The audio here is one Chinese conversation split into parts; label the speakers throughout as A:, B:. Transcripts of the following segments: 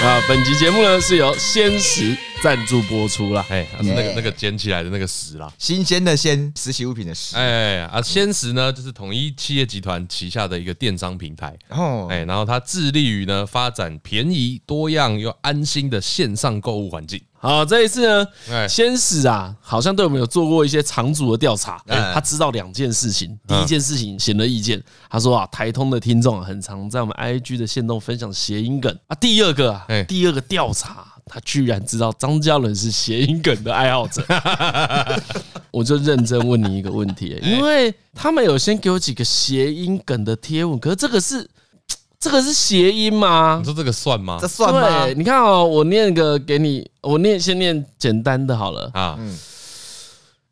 A: 啊，本集节目呢是由鲜食赞助播出啦。
B: 哎，啊是那个那个捡起来的那个石啦。
C: 新鲜的鲜，实习物品的实。
B: 哎啊，鲜食呢，就是统一企业集团旗下的一个电商平台。
C: 哦，
B: 哎，然后它致力于呢发展便宜、多样又安心的线上购物环境。
A: 好，这一次呢，
B: 哎
A: 先使啊，好像对我们有做过一些长足的调查，
C: 哎
A: 他知道两件事情。
B: 嗯
A: 第一件事情显而易见，他说啊，台通的听众啊，很常在我们 IG 的线动分享谐音梗啊。第二个啊
B: 哎，
A: 第二个调查，他居然知道张嘉伦是谐音梗的爱好 者。我就认真问你一个问题、
B: 哎
A: 因为他们有先给我几个谐音梗的贴文，可是这个是这个是谐音吗
B: 你？说这个算吗
C: 这？算
A: 对，
C: 吗？
A: 你看哦，我念个给你，我念先念简单的好了。
B: 啊，
C: 嗯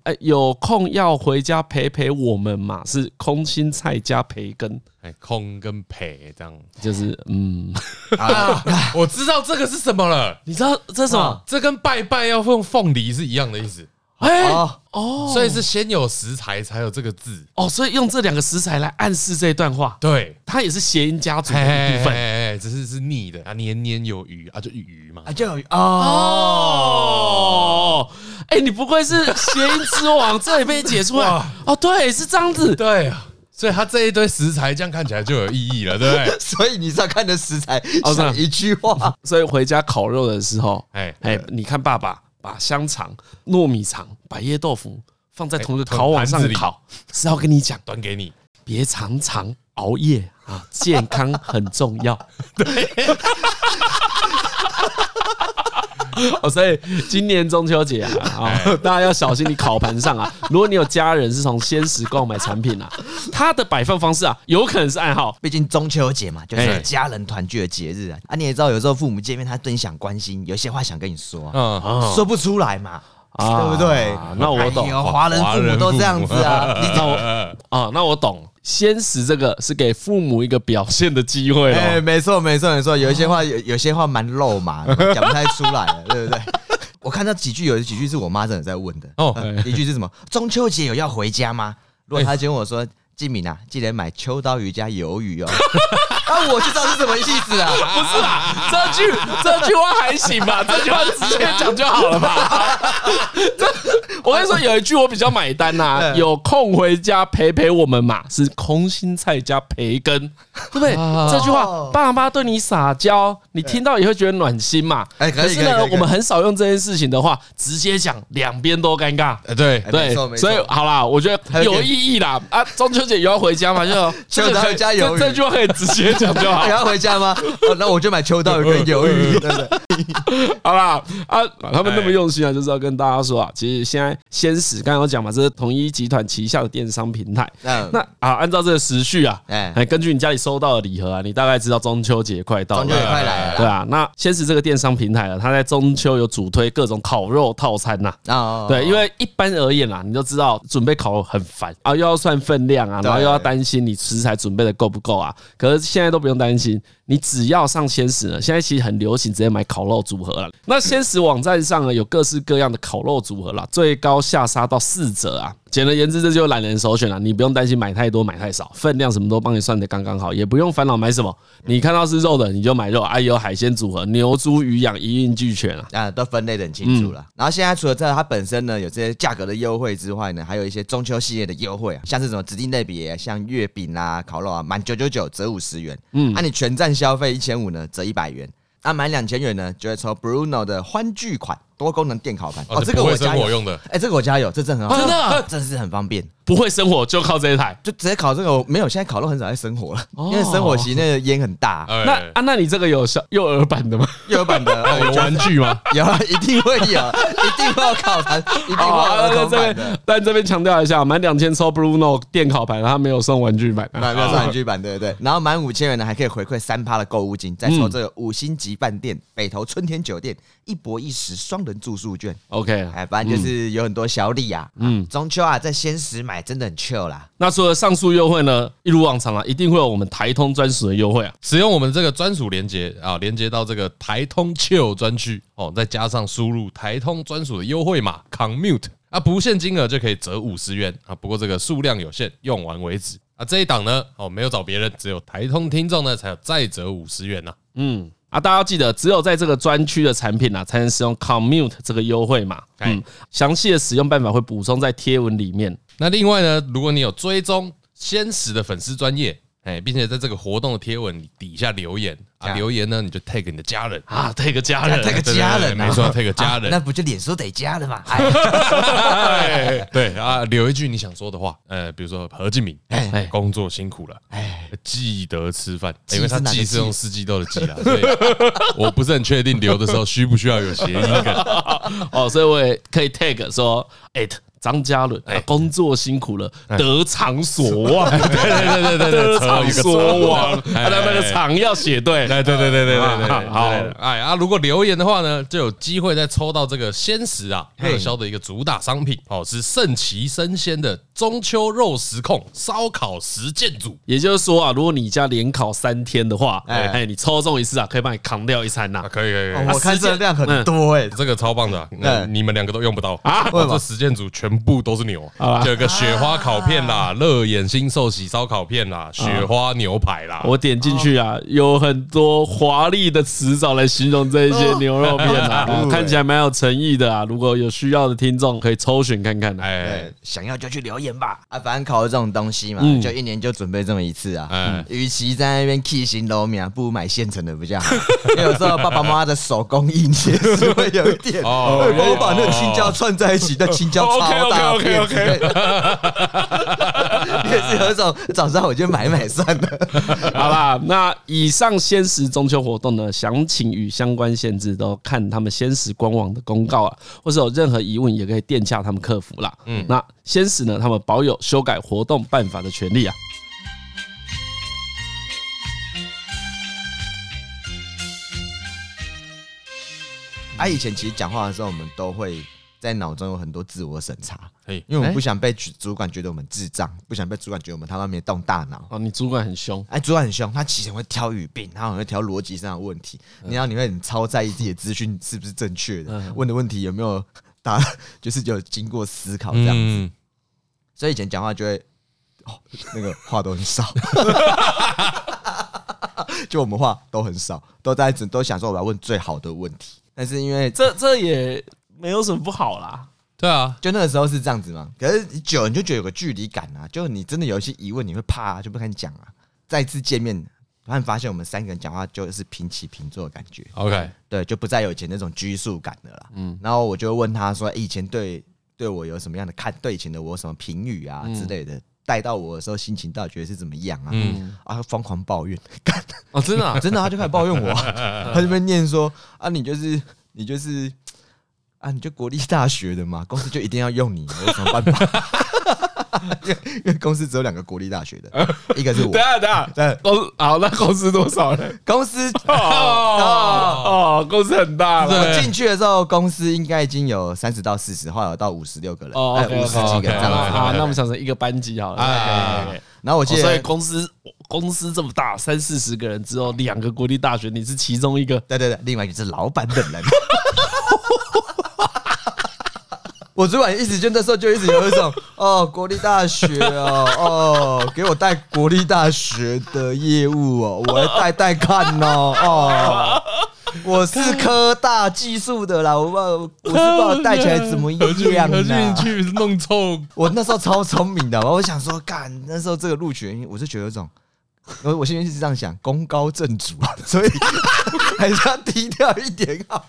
A: 哎，有空要回家陪陪我们嘛？是空心菜加培根，
B: 哎，空跟赔这样。
A: 就是嗯，
C: 啊，
B: 我知道这个是什么了，
A: 你知道这是什么？
B: 这跟拜拜要用凤梨是一样的意思，
A: 哎
C: 哦，
B: 所以是先有食材才有这个字。
A: 哦，所以用这两个食材来暗示这段话，
B: 对，
A: 它也是谐音家族的一
B: 哎
A: 部分。
B: 哎，只是是腻的啊，年年有余啊，就鱼嘛
C: 啊，。就有哦，
A: 哦，哎，你不愧是谐音之王， 这里被解出来
B: 哇。
A: 哦，对，是这样子。
B: 对，啊所以它这一堆食材这样看起来就有意义了，对不 对？
C: 所以你是要看的食材
A: 哦是啊
C: 想一句话，
A: 所以回家烤肉的时候，
B: 哎
A: 哎，你看爸爸把香肠、糯米肠、百叶豆腐放在同一个
B: 哎同
A: 烤网上
B: 盘子里
A: 烤，是要跟你讲，
B: 端给你，
A: 别常常熬夜啊，健康很重要。对。 哦，所以今年中秋节啊，
B: 哎
A: 啊，大家要小心你烤盘上啊。如果你有家人是从鲜食购买产品啊，它的摆放方式啊，有可能是暗号。
C: 毕竟中秋节嘛，就
B: 哎
C: 是家人团聚的节日啊。啊，你也知道，有时候父母见面，他真想关心，有些话想跟你说啊，
B: 嗯，
C: 说不出来嘛，
A: 啊
C: 对不对？
A: 那我懂
C: 哎呦华人父母都这样子啊，你
A: 那我
B: 呃
A: 啊，那我懂，鲜食这个是给父母一个表现的机会
C: 哎、
A: 了。
C: 没错，没错，没错，有一些话有有些话蛮肉 麻的，讲不太出来了，对不对？我看到几句，有几句是我妈真的在问的。
B: 哦
C: 哦，
A: 哎
C: 一句是什么？中秋节有要回家吗？如果她今天问我说：“金敏啊，记得买秋刀鱼加鱿鱼哦。” 啊，我就知道是什么意思啊！
A: 不是啦，这句这句话还行 吧，这句话直接讲就好了吧。这我跟你说，有一句我比较买单呐、
C: 嗯
A: 有空回家陪陪我们嘛，是空心菜加培根，对不对？
C: 哦
A: 这句话爸妈对你撒娇，你听到也会觉得暖心嘛。
C: 哎可以
A: 是
C: 可以可
A: 呢
C: 以，可以
A: 我们很少用这件事情的话，直接讲，两边都尴尬。
B: 哎对
C: 哎，
A: 对
C: 没错，没错
A: 所以好啦，我觉
C: 还
A: 得
C: 有一个
A: 有意义啦。啊，中秋节也要回家 嘛，就这个
C: 秋刀
A: 可以
C: 加
A: 这
C: 鱿鱼
A: 这句话可以直接讲就好
C: 你。要回家吗？哦，那我就买秋刀鱼跟鱿鱼，对 不对？
A: 好啦，啊，他们那么用心啊，就是要跟大家说啊，其实现在先使刚刚有讲嘛，这是统一集团旗下的电商平台。
C: 嗯
A: 那啊，按照这个时序啊，
C: 哎
A: 哎，根据你家里收到的礼盒啊，你大概知道中秋节快到
C: 中秋也
A: 了。
C: 快来了
A: 对啊，那先使这个电商平台啊，它在中秋有主推各种烤肉套餐呐、
C: 啦哦
A: 对，因为一般而言啦，你就知道准备烤肉很烦啊，又要算分量啊，
C: 对
A: 然后又要担心你食材准备的够不够啊。可是现在都不用担心，你只要上鲜食呢，现在其实很流行直接买烤肉组合了。那鲜食网站上啊呢，有各式各样的烤肉组合啦，最高下杀到四折啊。简而言之，这就是懒人首选了、你不用担心买太多买太少，分量什么都帮你算的刚刚好，也不用烦恼买什么。你看到是肉的你就买肉，啊，有海鲜组合，牛、猪、鱼、羊一应俱全啊。
C: 啊，都分类的很清楚了。然后现在除了这它本身呢有这些价格的优惠之外呢，还有一些中秋系列的优惠啊，像是什么指定类别，像月饼啊、烤肉啊，满九九九折五十元，嗯，那、你全站消费一千五呢，折一百元。那、满两千元呢，就会抽 Bruno 的欢聚款多功能电烤盘。
B: 哦，
C: 这
B: 这
C: 个
B: 个
C: 我
B: 会
C: 家
B: 生
C: 有
B: 活。用的，
C: 哎、这个我家有，这真的很好，
A: 真的啊
C: 这是很方便。
A: 不会生活就靠这一台。
C: 就直接烤这个，我没有，现在烤肉很少在生火了，因为生火其实那个烟很大。
B: 哎
A: 那啊，那你这个有小幼儿版的吗？
C: 幼儿版的，
B: 那有玩具吗？
C: 有啊，一定 会有，一定会有烤盘，一定会有 哦
B: 哦
C: 儿
A: 那
C: 童
A: 这
C: 版
A: 边
C: 的。
A: 但这边强调一下，满两千抽 Bruno 电烤盘，它没有送玩具版。啊
C: 买没有送玩具版，对不对？然后满五千元呢，还可以回馈三趴的购物金，再抽这个五星级饭店、北投春天酒店一博一食双人住宿券。
B: 嗯
A: OK，
C: 哎，反正就是有很多小礼啊。嗯，中秋啊，在鲜食买真的很 chill 啦。
A: 那除了上述优惠呢，一如往常啊，一定会有我们台通专属的优惠啊。
B: 使用我们这个专属连接啊，连接到这个台通 Chill 专区哦，再加上输入台通专属的优惠码 Commute 啊，不限金额就可以折五十元啊。不过这个数量有限，用完为止啊。这一档呢，哦，没有找别人，只有台通听众呢才有再折五十元呐、
A: 嗯，啊，大家要记得，只有在这个专区的产品啊，才能使用 Commute 这个优惠码。
B: 哎
A: 嗯，详细的使用办法会补充在贴文里面。
B: 那另外呢，如果你有追踪仙石的粉丝专业，哎，并且在这个活动的贴文底下留言啊，
C: 啊
B: 留言呢你就 tag 你的家人
A: 啊，这个家 人，
C: 这个家人啊
B: 对对对没错 tag 家
C: 啊
B: 人
C: 那不就脸书得加了嘛？哎
B: 哎 对啊，留一句你想说的话，呃，比如说何敬明，哎，工作辛苦了，哎，记得吃饭，
C: 记
B: 因为他
C: 是哪个
B: 记是
C: 记
B: 用四季豆的记啦，所以我不是很确定留的时候需不需要有谐音梗。
A: 哦，所以我也可以 tag 说 at 张嘉伦，啊工作辛苦了，得偿所望，对对 对对得偿所望，
B: 哎
A: 啊他那边的偿要写对，
B: 哎，对对对对对对，对
A: 好
B: 哎啊，如果留言的话呢，就有机会再抽到这个鲜食啊热销的一个主打商品哦，是圣奇生鲜的中秋肉食控烧烤实践组。
A: 也就是说啊，如果你家连考三天的话，
C: 哎
A: 哎，你抽中一次啊，可以帮你扛掉一餐呐
B: 啊，。可以可以可以，
C: 哦我看这量
B: 嗯
C: 很多哎，
B: 这个超棒的啊，那你们两个都用不到
A: 啊
C: 为什么
B: 这实践组全部都是牛
A: 啊，
B: 这个雪花烤片啦，
C: 啊
B: 乐眼新寿喜烧烤片啦，雪花牛排啦，
A: 我点进去啊，有很多华丽的词藻来形容这一些牛肉面啊，
C: 哦
A: 啊看起来蛮有诚意的啊。如果有需要的听众，可以抽选看看啊。
B: 哎
C: 对，想要就去留言吧。嗯啊，反正烤肉这种东西嘛，就一年就准备这么一次
B: 哎
C: 啊。与其在那边 K 型楼面啊，不如买现成的比较好。 因为有时候爸爸妈妈的手工艺，你也是会有一 点。
B: 哦
C: 我我把那个青椒串在一起，那青 椒超大片
B: OK，OK，OK，OK
C: 之类 的。也是有一种早上我就买买算了。
A: 好啦，那以上鲜食中秋活动呢，详情与相关限制都看他们鲜食官网的公告啊，或是有任何疑问也可以电洽他们客服啦。嗯，那鲜食呢，他们保有修改活动办法的权利啊。
C: 啊，以前其实讲话的时候，我们都会在脑中有很多自我审查，
B: 嘿
C: 因为我们不想被主主管觉得我们智障，不想被主管觉得我们他妈没动大脑。
A: 哦，你主管很凶，
C: 哎，主管很凶，他其实很会挑语病，他很会挑逻辑上的问题，然后你会很超在意自己的资讯是不是正确的，问的问题有没有答， 就是有经过思考这样。
B: 嗯，
C: 所以以前讲话就会，哦，那个话都很少， 就我们话都很少，都在只都想说我要问最好的问题，但是因为
A: 这这也没有什么不好啦。
B: 对啊，
C: 就那个时候是这样子嘛，可是久了你就觉得有个距离感啊，就你真的有一些疑问，你会怕、啊，就不敢讲啊。再次见面，突然发现我们三个人讲话就是平起平坐的感觉，
B: OK，
C: 对，就不再有以前那种拘束感了啦。嗯，然后我就问他说：“欸以前对对我有什么样的看？对以前的我有什么评语啊之类的？”带到我的时候，心情到底觉得是怎么样啊？嗯，啊，疯狂抱怨，干
A: 哦，真的、啊，
C: 真的，他就开始抱怨我啊、他就被念说啊，你就是你就是啊，你就国立大学的嘛，公司就一定要用你，我有什么办法？ 因为因为公司只有两个国立大学的，一个 是我
A: 等一，下等
B: 啊
A: 一下，
C: 对
A: 公好，那公司多少人？
C: 公司
A: 哦哦，公司很大哦了。
C: 我进去的时候，公司应该已经有三十到四十，后来有到五十六个人，
A: 哦
C: 哎，
A: ，OK，OK，OK，
C: 五十几个这样子。
A: 好，那我们想成一个班级好了。
B: 哎
A: OK，OK，OK
C: 然后我
A: 哦
C: 记
A: 所以
C: 得，
A: 公司公司这么大，三四十个人，只有两个国立大学，你是其中一个。
C: 对对对，另外一个是老板本 人。我主管一直就那时候就一直有一种哦，国立大学哦哦，给我带国立大学的业务哦，我来带带看哦哦，我是科大技术的啦，我不知道我是不知道带起来怎么
B: 何俊
C: 样啊
B: 何
C: 啦
B: 俊。去弄臭
C: 我那时候超聪明的，我想说，干那时候这个录取原因，我是觉得有一种，我我心里是这样想，功高震主啊，所以 还是要低调一点好。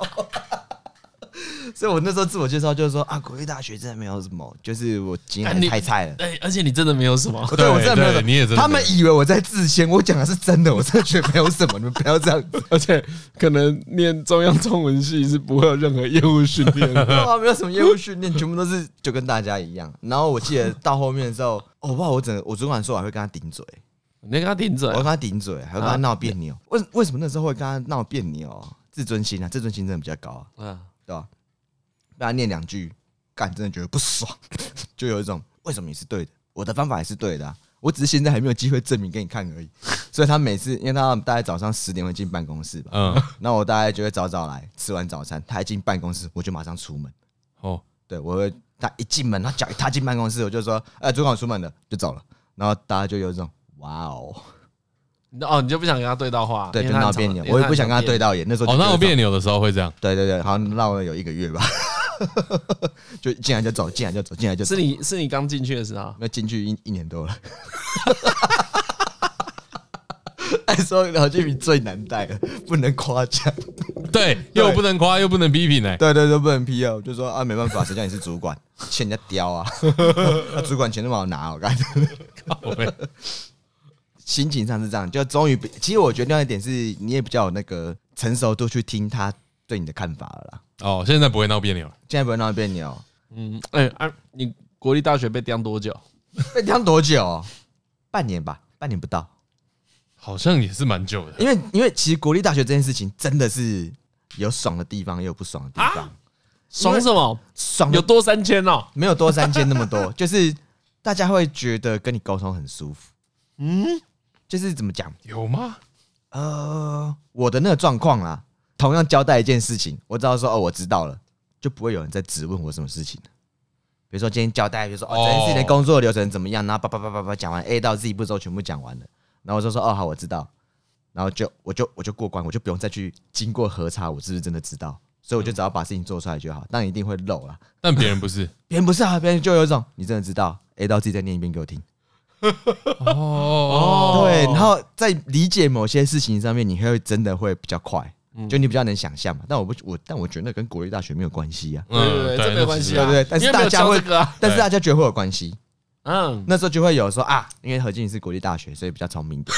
C: 所以我那时候自我介绍就是说啊，国立大学真的没有什么，就是我今
A: 干你
C: 天太菜了。
A: 哎，而且你真的没有什么。
C: 对，我真的没有什
B: 对
C: 么，
B: 对你也真的没有
C: 他们以为我在自谦，我讲的是真的，我真的觉得没有什么，你们不要这样 子。
A: 而且可能念中央中文系是不会有任何业务训练的。
C: 啊，没有什么业务训练，全部都是就跟大家一样。然后我记得到后面的时候，哦，哇，我整个我主管说我还会跟他顶嘴，
A: 你跟他顶嘴
C: 我会跟他顶嘴，还会跟他闹别扭。为为什么那时候会跟他闹别扭？自尊心啊，自尊心真的比较高啊，
A: 啊！
C: 对吧？被他念两句，干真的觉得不爽， 就有一种为什么你是对的，我的方法也是对的啊、我只是现在还没有机会证明给你看而已。所以他每次，因为他大概早上十点会进办公室吧，
B: 嗯
C: 那我大概就会早早来，吃完早餐，他一进办公室我就马上出门。
B: 哦，
C: 对我会，他一进门，他脚一踏进办公室，我就说，哎、主管我出门了，就走了。然后大家就有一种哇哦，
A: 你哦，你就不想跟他对到话，
C: 对，
A: 因
C: 就
A: 为他很
C: 闹
A: 常
C: 别扭，我也不想跟他对。到眼。那时候
B: 哦，
C: 就觉
B: 那
C: 得
B: 我别扭的时候会这样，
C: 对对对，好像闹了有一个月吧， 就进来就走，进来就走，进来就走
A: 是。你是你刚进去的时候，
C: 那进去一一年多了。 那时候老俊明最难带了，不能夸奖，
B: 对，又不能夸，又不能批评哎，
C: 对对对，不能批啊，我就说啊，没办法，谁叫你是主管，欠人家刁啊， 啊主管钱那么好拿，我感觉
B: 靠北
C: 心情上是这样，就终于比，其实我觉得那一点是你也比较有那个成熟度去听他对你的看法了啦，
B: 哦，现在不会闹别扭了，
C: 现在不会闹别扭，
A: 嗯，哎、啊，你国立大学被刁多久？
C: 被当多久？半年吧，半年不到。
B: 好像也是蛮久的。
C: 因为因为其实国立大学这件事情真的是有爽的地方，也有不爽的地方。
A: 啊爽什么？
C: 爽
A: 有
C: 有
A: 多三千哦。
C: 没有多三千那么 多，就是大家会觉得跟你沟通很舒服。嗯，就是怎么讲？
B: 有吗？
C: 呃，我的那个状况啦，同样交代一件事情，我只要说哦，我知道了，就不会有人再质问我什么事情了比如说今天交代，比如说哦，
B: 哦
C: 这件事情的工作流程怎么样，然后叭叭叭叭叭讲完 A 到 Z 步骤全部讲完了，然后我就说哦好，我知道，然后就我就我就过关，我就不用再去经过核查我是不是真的知道，所以我就只要把事情做出来就好，但一定会漏啦。
B: 但别人不是
C: 别人不是啊，别人就有一种你真的知道 A 到 Z 再念一遍给我听，
B: 哦
C: 对，然后在理解某些事情上面，你会真的会比较快，
A: 嗯
C: 就你比较能想象嘛。但我不，我但我觉得那跟国立大学没有关系啊。
B: 嗯
A: 对对对，这没有关系嗯啊，
C: 对对对但是
A: 因为没有
C: 大家
A: 教
C: 会
A: 这个啊，
C: 但是大家觉得会有关系，
A: 嗯，
C: 那时候就会有说啊，因为何静是国立大学，所以比较聪明一点。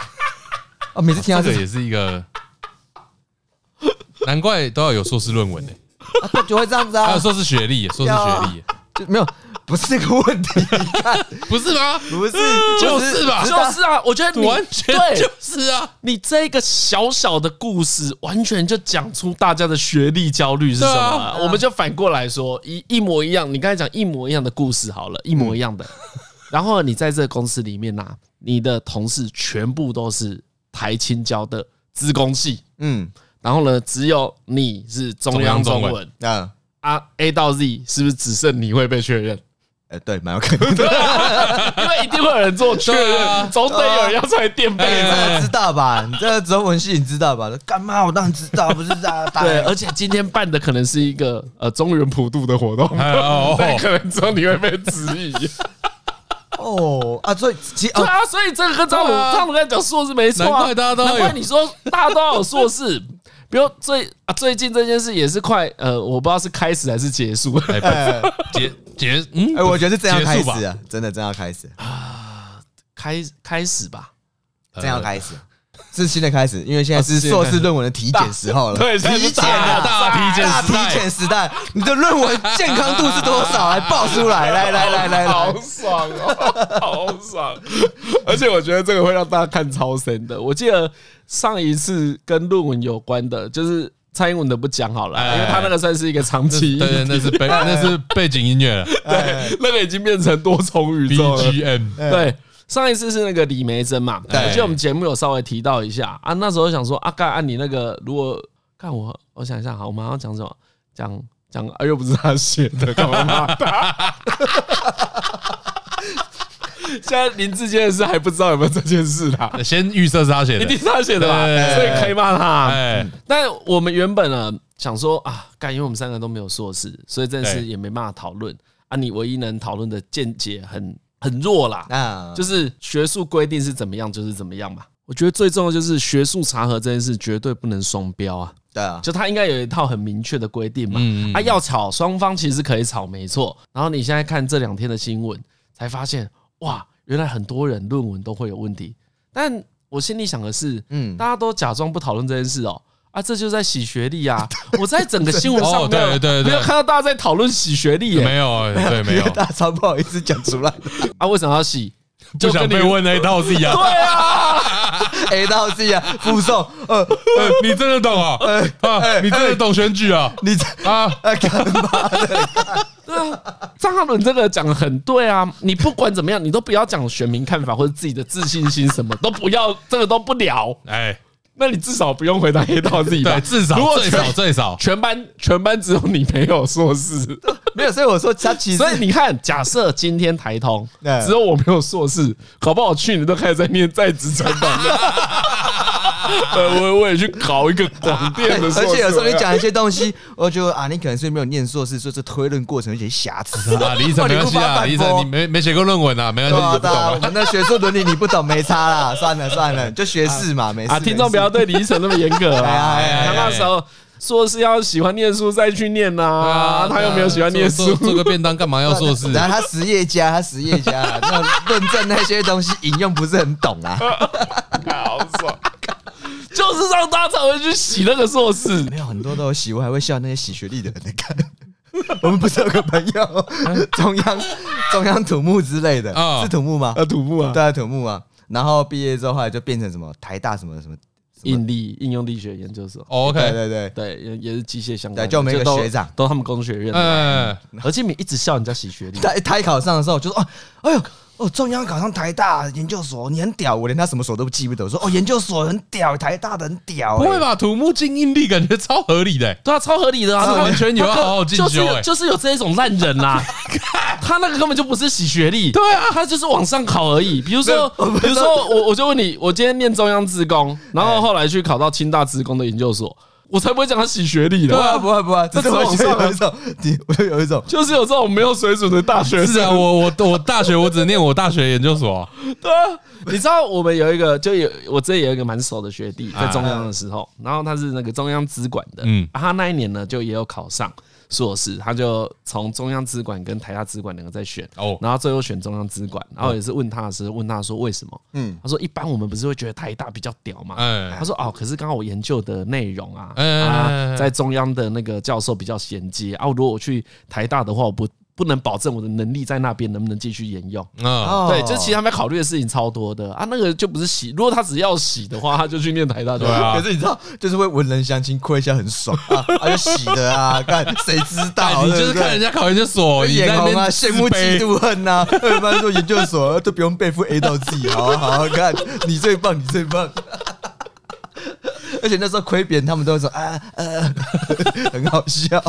C: 哦，每次听
B: 这
C: 到
B: 个
C: 这
B: 也
C: 个，
B: 是一个，难怪都要有硕士论文呢，
C: 啊对就会这样子
B: 还
C: 啊
B: 有，硕士学历耶，硕士学历耶，
C: 就没有，不是这个问 题，
B: 不是吗？
C: 不是，
B: 就是吧
C: 只
A: 就
C: 大
A: 是啊，我觉得你
B: 完全
A: 对
B: 就是啊，
A: 你这个小小的故事，完全就讲出大家的学历焦虑是什么了、
B: 对啊
A: 我们就反过来说，一一模一样，你刚才讲一模一样的故事好了，
B: 嗯
A: 一模一样的。然后你在这个公司里面呐、你的同事全部都是台青交的资工系，
C: 嗯
A: 然后呢，只有你是中央中
B: 中央中
A: 文
C: 嗯，
A: 啊，A 到 Z 是不是只剩你会被确 认？
C: 呃，对，蛮有可能的，
A: 因为一定会有人做确
B: 对啊
A: 认，总得有人要出来垫背
C: 你
A: 吧。
C: 这个知道吧？你这个中文系你知道吧？干嘛？我当然知道，不是 啊，当
A: 对，
C: 然
A: 而且今天办的可能是一个呃中原普渡的活 动，
B: 哎哦
A: 所以可能之后你会被质疑。
C: 哦啊，所以其实
A: 对
C: 哦，
A: 啊，所以这个跟张鲁
B: 对啊
A: 张鲁在讲硕士没错啊，
B: 难怪大家都要有
A: 难怪你说大家都要有硕士。比如最啊最近这件事也是快呃，我不知道是开始还是结 束，
B: 哎
C: 哎
B: 不结结嗯
C: 哎，，我觉得是这样开
B: 结束
C: 始啊，真的这样开始，
A: 呃开开始吧。
B: 呃
C: 这样开始是新的开始，因为现在是
A: 哦是新的
C: 硕
A: 开始
C: 士论文的体检时候了，
A: 对现在
C: 体
A: 是
C: 检
A: 大
C: 啊，
B: 大批
C: 大体
B: 件
C: 检时代，你的论文健康度是多少？来报出来，来来来来来
A: 好，爽哦，好爽！而且我觉得这个会让大家看超深的。我记得上一次跟论文有关的，就是蔡英文的不讲好了，
B: 哎
A: 因为他那个算是一个长期
B: 对，对，那是背那是背景音乐了
C: 哎
A: 那个已经变成多重宇宙了。
B: ，BGM
A: 对，上一次是那个李梅珍嘛，
C: 对
A: 我记得我们节目有稍微提到一下啊。那时候想说啊，干按你那个，如果看我，我想一下，好，我们要讲什么？讲讲，哎、又不是他写的，干嘛骂他？ 现在林志坚的事还不知道有没有这件事啦，
B: 先预设是他写
A: 一定
B: 的，
A: 是他写的吧
B: 对？
A: 所以可以骂他。
B: 哎，
A: 但我们原本呢想说啊，干，因为我们三个都没有硕士，所以这件事
B: 对
A: 也没办法讨论啊。你唯一能讨论的见解很很弱啦，
C: 啊，
A: 就是学术规定是怎么样就是怎么样嘛。我觉得最重要就是学术查核这件事绝对不能双标啊，
C: 对啊，
A: 就它应该有一套很明确的规定嘛。
B: 嗯
A: 啊，要吵双方其实可以吵，没错。然后你现在看这两天的新闻，才发现哇，原来很多人论文都会有问题。但我心里想的是，
C: 嗯
A: 大，家都假装不讨论这件事哦。啊，这就在洗学历 啊！我在整个新闻上
B: 哦
A: 没有
B: 对对对
A: 没有看到大家在讨论洗学历耶、
B: 没有对没有，
C: 大超不好意思讲出来
A: 啊，为什么要洗？
B: 不想被问那一套是一 样
A: 对。啊，
C: ，A 到 Z 啊，附送，呃，
B: 呃 你真的懂啊？啊，你真的懂选举啊？
C: 你这
B: 啊，
C: 啊干嘛？
A: 张翰伦这个讲的很对啊，你不管怎么样，你都不要讲选民看法或者自己的自信心什么，都不要，这个都不聊。
B: 哎，啊
A: 那你至少不用回答黑道自己吧
B: 对，？至少
A: 如果
B: 最少最少，
A: 全班全班只有你没有硕士，
C: 没有，所以我说他其实
A: 所以你看，假设今天台通
C: 对
A: 只有我没有硕士，搞不好我去年都开始在念在职专班 了。呃我我也去考一个广电的硕士，
C: 而且有时候你讲一些东西， 我就啊，你可能是没有念硕士，所以这推论过程有些瑕 疵
B: 啊，李医生没关系啊，李医生你没没写过论文啊，没
C: 对
B: 关系，
C: 啊，
B: 你不
C: 对
B: 懂
C: 啊，我
B: 啊。
C: 们的学术伦理你不懂没 差啦，算了算了，就学士嘛，没事。
A: 啊，听众不要
C: 没事
A: 对李依晨那么严格
C: 哎呀
A: 啊！
C: 哎呀哎
A: 他
C: 呀
A: 那时候硕士要喜欢念书再去念呐、啊，他又没有喜欢念
B: 做做
A: 书，
B: 做个便当干嘛要 硕士？
C: 然后他实业家，他实业家啊，那论证那些东西引用不是很懂 啊。
A: 好爽！ 就是让大家才会去洗那个硕士。
C: 没有很多都有洗，我还会笑那些洗学历的人在看。 我们不是有个朋 友，中央中央土木之类的，
B: 啊
C: 是土木吗？
A: 呃，土木啊，
C: 对啊，土木啊。然后毕业之后，后来就变成什么台大什么什么，
A: 应力应用力学研究所，
B: 哦
C: 对
B: OK，
C: 对对，
A: 对，也也是机械相关
C: 对
A: 的，
C: 就我们一个
A: 都
C: 学长
A: 都他们工学院的。
B: 哎，
A: 何建明一直笑人家洗学历，
C: 台台考上的时候就说哦，哎呦。哦，中央考上台大研究所，你很屌！我连他什么所都记不得。我说哦，研究所很屌，台大的很屌、哎
B: 不会？吧？土木精英力感觉超合理的欸，
A: 对啊，超合理的啊，
B: 这
A: 他
B: 完全有要好好进
A: 就是
B: 修
A: 有
B: 哎。
A: 就是有这一种烂人 呐、他那个根本就不是洗学历，对啊，他就是往上考而已。比如说，比如说我我就问你，我今天念中央职工，然后后来去考到清大职工的研究所，我才不会讲他洗学历
C: 不
A: 的，
B: 啊
C: 会 不会不会，只
A: 这只
C: 是我
A: 往
C: 就
A: 上
C: 有
A: 啊
C: 一种，你我就有一种，
A: 就是有这种没有水准的大学
B: 是
A: 生
B: 啊，。我我我大学我只念我大学研究所啊，
A: 对 啊，你知道我们有一个，就有我这里有一个蛮熟的学弟，在中央的时候，然后他是那个中央资管的，
B: 嗯
A: 嗯，他那一年呢就也有考上硕士，他就从中央资管跟台大资管两个在选，
B: 哦
A: 哦，然后最后选中央资管，然后也是问他的时候，问他说为什么？
C: 嗯
A: 嗯，他说一般我们不是会觉得台大比较屌嘛，
B: 哎
A: 他说哦，可是刚好我研究的内容啊，
B: 哎
A: 啊，在中央的那个教授比较衔接啊，如果我去台大的话，我不不能保证我的能力在那边能不能继续沿用。
B: 啊，
C: 哦
A: 对，就其实他们要考虑的事情超多的啊，那个就不是洗，如果他只要洗的话，他就去念台大就好
B: 对啊
C: 可是你知道，就是会文人相亲，亏一下很爽啊，啊就洗的啊， 看谁知
B: 哎
C: 道，，
B: 你
C: 对
B: 就
C: 不
B: 是看人
C: 对
B: 家考研究所，哦你在
C: 眼
B: 那
C: 红
B: 边
C: 啊，羡慕
B: 自卑
C: 嫉妒恨呐、啊， 一般说研究所都不用背负 A 到 Z，好好好好看，你最棒，你最棒。 而且那时候亏别人，他们都会说啊 呃，很好笑。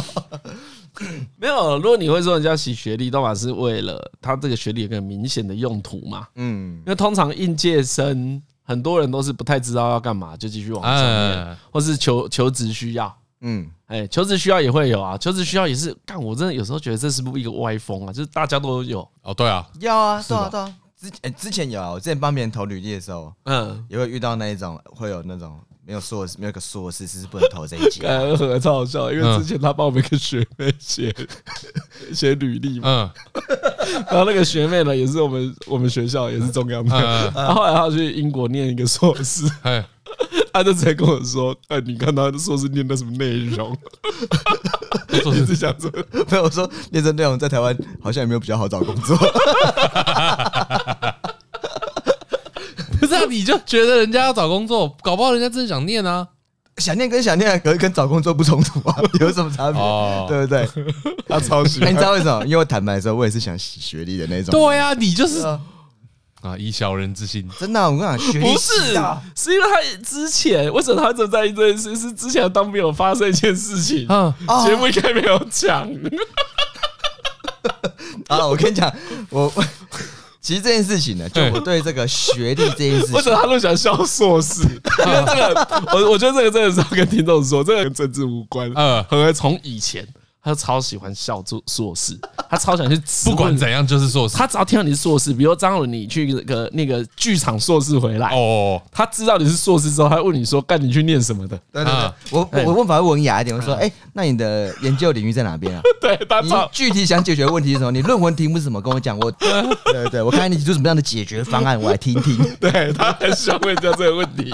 A: 没有，如果你会说人家洗学历，都嘛是为了他这个学历有个明显的用途嘛，
C: 嗯，
A: 因为通常应届生很多人都是不太知道要干嘛，就继续往上念，
B: 哎
A: 或是求求职需要。
C: 嗯，
A: 哎，求职需要也会有啊，求职需要也是干。我真的有时候觉得这是不是一个歪风啊？就是大家都有，
B: 哦，对啊，
C: 要啊，对啊，对啊。之哎之前有啊，我之前帮别人投履历的时候，
A: 嗯，
C: 也会遇到那一种会有那种没有硕士，没有个硕士是不能投这一届的。
A: 呃，很超好笑，因
B: 嗯
A: 为之前他帮我们一个学妹写 写履历嘛，
B: 嗯
A: 然后那个学妹呢，也是我们我们学校也是中央的
B: 嗯，
A: 然后后来她去英国念一个硕士，
B: 哎，
A: 她就直接跟我说：“哎，你看她的硕士念的什么内容？”
B: 硕
A: 一直想说，
C: 没有，我说练这内容在台湾好像也没有比较好找工作。
B: 不是啊，你就觉得人家要找工作，搞不好人家真的想念啊，
C: 想念跟想念，可是跟找工作不冲突 啊，有什么差别？
B: 哦
C: 对不对？
A: 她啊超喜
C: 哎，你
A: 欢。
C: 知道为什么？因为我坦白说，我也是想洗学历的那种。
B: 对啊，你就是
C: 啊
B: 啊，以小人之心，
C: 真的啊，我跟你讲，学历
A: 不是
C: 洗啊，
A: 是因为她之前为什么她只在意这件事？是之前当兵有发生一件事情，
B: 嗯，
A: 节目应该没有讲。
C: 啊！我跟你讲，我 我其实这件事情呢，就
B: 对
C: 我对这个学历这件事
A: 哎为什
C: 情，
A: 么他都想笑硕 士？因为这个，我我觉得这个真的是要跟听众说，这个跟政治无关。
B: 嗯
A: 呃，何而从以前他就超喜欢笑硕硕士，他超想去质
B: 不
A: 问
B: 管
A: 人。
B: 怎样就是硕士
A: 他只要听到你是硕士，比如张伦，你去那个那个剧场硕士回来，
B: 哦，
A: 他知道你是硕士之后，他会问你说：“干，你去念什么的
C: 对对对
B: 啊，
C: 我我
A: 哎啊
C: 我问法会文雅一点，我说，哎，那你的研究领域在 哪边啊？？”
A: 对，他
C: 你
A: 超
C: 具体想解决问题是什么？你论文题目是什么？跟我讲，我 对对对，我看看你提出什么样的解决方案，我来听听。
A: 对他很喜欢问人家这个 问题。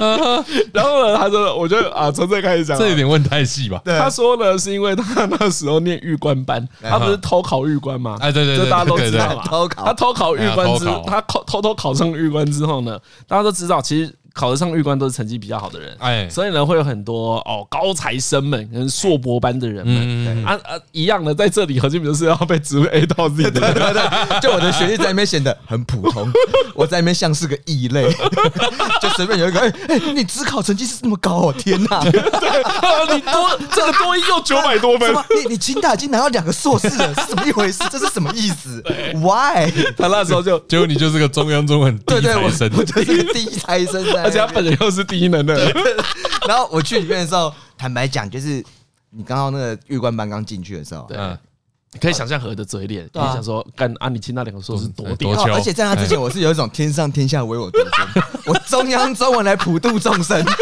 A: 然后呢，他说：“我觉得啊，从这开始讲啊，
B: 这有点问太细吧？
A: 他说呢，是因为他那时候念玉官班，他不是偷考玉官吗？
B: 哎对对对
A: 这大家都知道
B: 对对
A: 嘛。
C: 哎对偷考
A: 他偷考玉官之
B: 哎呀偷考，
A: 他考偷偷考上玉官之后呢，大家都知道，其实考得上玉官都是成绩比较好的人，
B: 哎，
A: 所以呢，会有很多哦高材生们跟硕博班的人们。
B: 嗯，
A: 啊啊，一样的，在这里核心就是要被植入 A 到 Z 的，
C: 对对，就我的学历在那边显得很普通，我在那边像是个异类， 就随便有一个，哎、哎、你只考成绩是那么高哦，天 哪！
A: 啊你多这个多一又九百 多
C: 什
A: 分，
C: 么？你你清大已经拿到两个硕士了，是怎么一回事？这是什么意思？Why？
A: 他那时候就，
B: 结果你就是个中央中文
C: 对
B: 地
C: 对，我
B: 才生，
C: 我就是个第一胎生在那边，
A: 而且他本人又是低能的，
C: 然后我去里面的时候，坦白讲，就是你刚刚那个玉官班刚进去的时候，
A: 对
B: 嗯，
A: 你可以想象何的嘴脸，你
C: 啊
A: 想说干啊，你听那两个硕士多屌
B: 多，
C: 哦
B: 球
C: 而且在他之前，我是有一种天上天下唯我独尊，我中央中文来普度众生。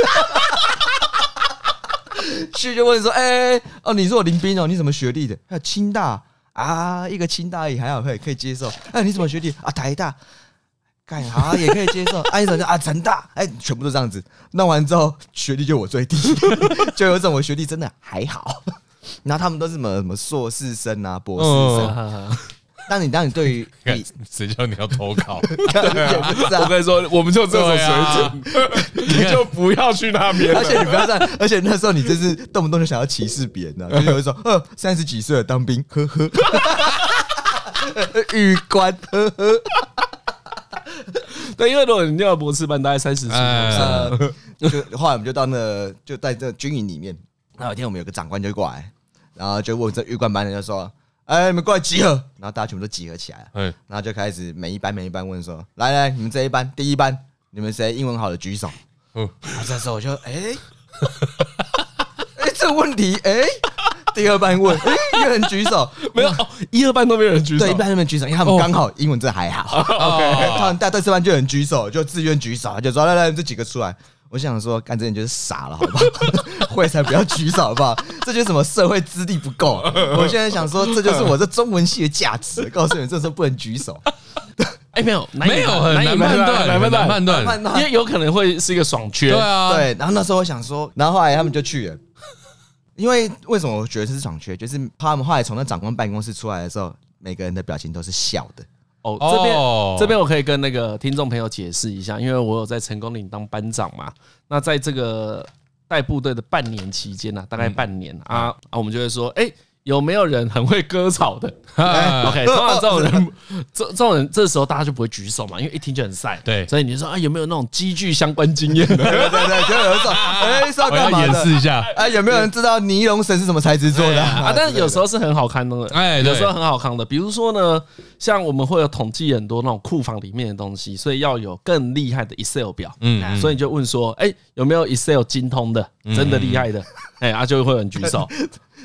C: 去就问说：“哎、哦，你是我林斌哦，你什么学历的？还有清大啊，一个清大也还好，可以可以接受。哎、你什么学历啊？台大，干好、啊、也可以接受。哎、啊，你什么啊？成大，哎、全部都这样子。弄完之后，学历就我最低，就有一种我学历真的还好。然后他们都是什么什么硕士生啊、博
A: 哦
C: 士
A: 嗯
C: 生。当你当你对于 你
B: 谁叫你要投 稿？
C: 也不是
A: 我
C: 啊。
A: 跟你说，我们就这种水准， 你就不要去那边
C: 而
A: 了。
C: 且你不要这样，而且那时候你真是动不动就想要歧视别人呢、啊，就有一种呃三十几岁了当兵，呵呵， 玉官，呵呵，
A: 对，因为如果你念了博士班，大概三十岁，
B: 哎
C: 呃，就后来我们就到那就在这军营里面，那有一天我们有个长官就过来，然后就问这玉官班的就说，哎、你们过来集合，然后大家全部都集合起来了，
B: 哎，
C: 然后就开始每一班每一班问说，来来，你们这一班第一班，你们谁英文好的举手。
B: 嗯，
C: 然后这时候我就哎， 哎、这个问题哎、第二班问哎、有人举手，
A: 没有哦一二班都没有人举手哦
C: 对，一，般他们举手，因为他们刚好英文真的还好， 他
B: 哦
C: 们大第四班就有人举手，就自愿举手，就说来来这几个出来。我想说，干这人就是傻了，好 不好？会才不要举手，好不好？这就是什么社会资历不够。我现在想说，这就是我这中文系的价值。告诉你，这时候不能举手，
A: 哎，没有，
B: 没有很难判断，
A: 难
B: 很
A: 判
B: 难
A: 断，
B: 判断，
A: 因为有可能会是一个爽缺
B: 对，啊，
C: 对，然后那时候我想说，然后后来他们就去了，因为为什么我觉得是爽缺，就是他们后来从那长官办公室出来的时候，每个人的表情都是笑的。
A: 哦，
B: 哦
A: 这边、这边我可以跟那个听众朋友解释一下，因为我有在成功岭当班长嘛。那在这个带部队的半年期间呢、大概半年、
B: 嗯
A: 啊啊，我们就会说，哎、有没有人很会割草的、
B: 哎
A: o k 通常这种人，这这种人，这时候大家就不会举手嘛，因为一听就很晒。
B: 对
A: 所以你就说啊，有没有那种机具相关经验的？
C: 对对对，就有一种哎是要
B: 我
C: 干
B: 要
C: 嘛
B: 演
C: 的？
B: 示一下，
C: 哎，有没有人知道尼龙绳是什么材质做的
A: 啊，但是有时候是很好看的，
B: 哎对
A: 有时候很好看的。比如说呢，像我们会有统计很多那种库房里面的东西，所以要有更厉害的 Excel 表。啊
B: 嗯嗯
A: 所以你就问说，哎，有没有 Excel 精通的，真的厉害 的？哎，啊，就会有人举手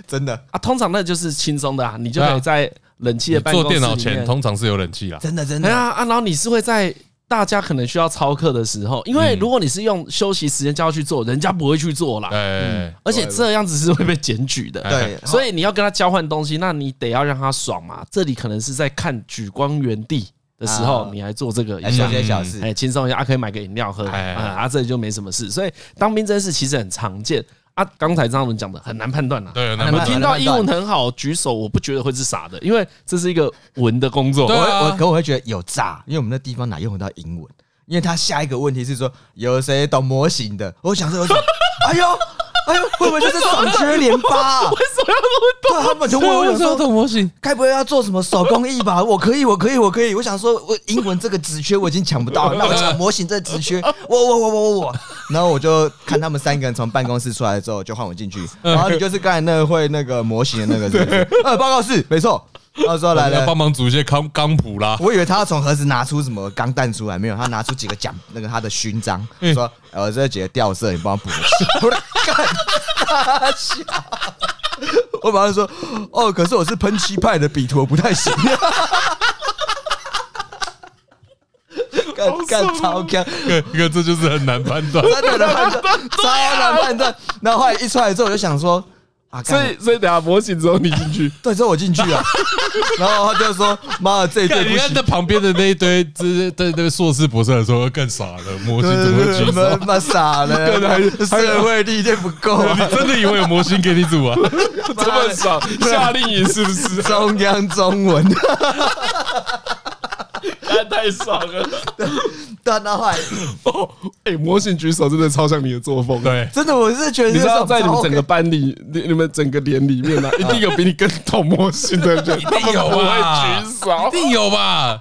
C: 真的，
A: 啊。通常那就是轻松的啊，你就
B: 对啊
A: 可以在冷气
B: 你
A: 的办公
B: 坐
A: 室里
B: 电
A: 面
B: 脑前通常是有冷气啦，
C: 真的，真
A: 哎
C: 的，
A: 呀啊，然后你是会在大家可能需要操课的时候，因
B: 嗯
A: 为如果你是用休息时间叫他去做，人家不会去做啦。
B: 哎，
A: 而且这样子是会被检举的，
C: 对，
A: 所以你要跟他交换东西，那你得要让他爽嘛。这里可能是在看举光原地的时候
C: 啊，
A: 你还做这个一
C: 哎
A: 下
C: 做些小事，
A: 哎，轻松一下，啊，可以买个饮料喝，
B: 哎
A: 啊，啊这里就没什么事。所以当兵这件事其实很常见啊。刚才张伦讲的很难判断呐。
B: 对，那
C: 很
A: 我
B: 么
C: 难
A: 听到英文很好举手，我不觉得会是傻的，因为这是一个文的工作
B: 对。啊
C: 我我可我会觉得有诈，因为我们那地方哪用得到英文？因为他下一个问题是说有谁懂模型的？我想说有什么，哎呦哎呦，会不会就是爽缺连八、啊？
A: 为什么要那
C: 对，他们就
B: 啊
C: 问我 说
B: 懂模型？
C: 该不会要做什么手工艺吧？ 我可以，我可以，我可以。我想说，我英文这个职缺我已经抢不 到了，那我抢模型这个职缺， 我我我我我我。然后我就看他们三个人从办公室出来之后，就换 我进去。
B: 嗯
C: 然后你就是刚才那个会那个模型的那个是不是，呃，报告是没错。然后说来
B: 要
C: 来，
B: 帮忙煮一些康康普啦，
C: 我以为他要从盒子拿出什么钢弹出来，没有，他拿出几个奖，那个他的勋章，说：“呃，这几个掉色，你帮我补一下。”我说干大笑我马上说：“哦，可是我是喷漆派的，笔头不太行。”干干超干，
B: 哥哥这就是很难判 断。
C: 真的难判断，超难判断。然后后来一出来之后，我就想说：“啊，
A: 所
C: 干
A: 以所以等下模型之后你进去，
C: 对，之后我进去了。”然后他就说：“妈的，这一对
B: 看，
C: 不
B: 你看
C: 行。”
B: 在旁边的那一堆，这对对硕士博士来说更傻了，模型怎么会举手？
C: 妈傻了，社会历练不够啊！
B: 你真的以为有模型给你 煮啊？
A: 这么爽， 夏令营是不是？
C: 中央中文，
A: 案太爽了。
C: 对啊，那后来
A: 哦，哎，魔性举手真的超像你的作风。
B: 对，
C: 真的我是觉得
A: 你
C: 这
A: 知道，
C: 种
A: 在你们
C: 超
A: 整个班里，你你们整个连里 面呢、啊一定有比你更懂魔性的 人，他们
B: 有
A: 不
B: 吧
A: 会举手
B: 一。定有吧？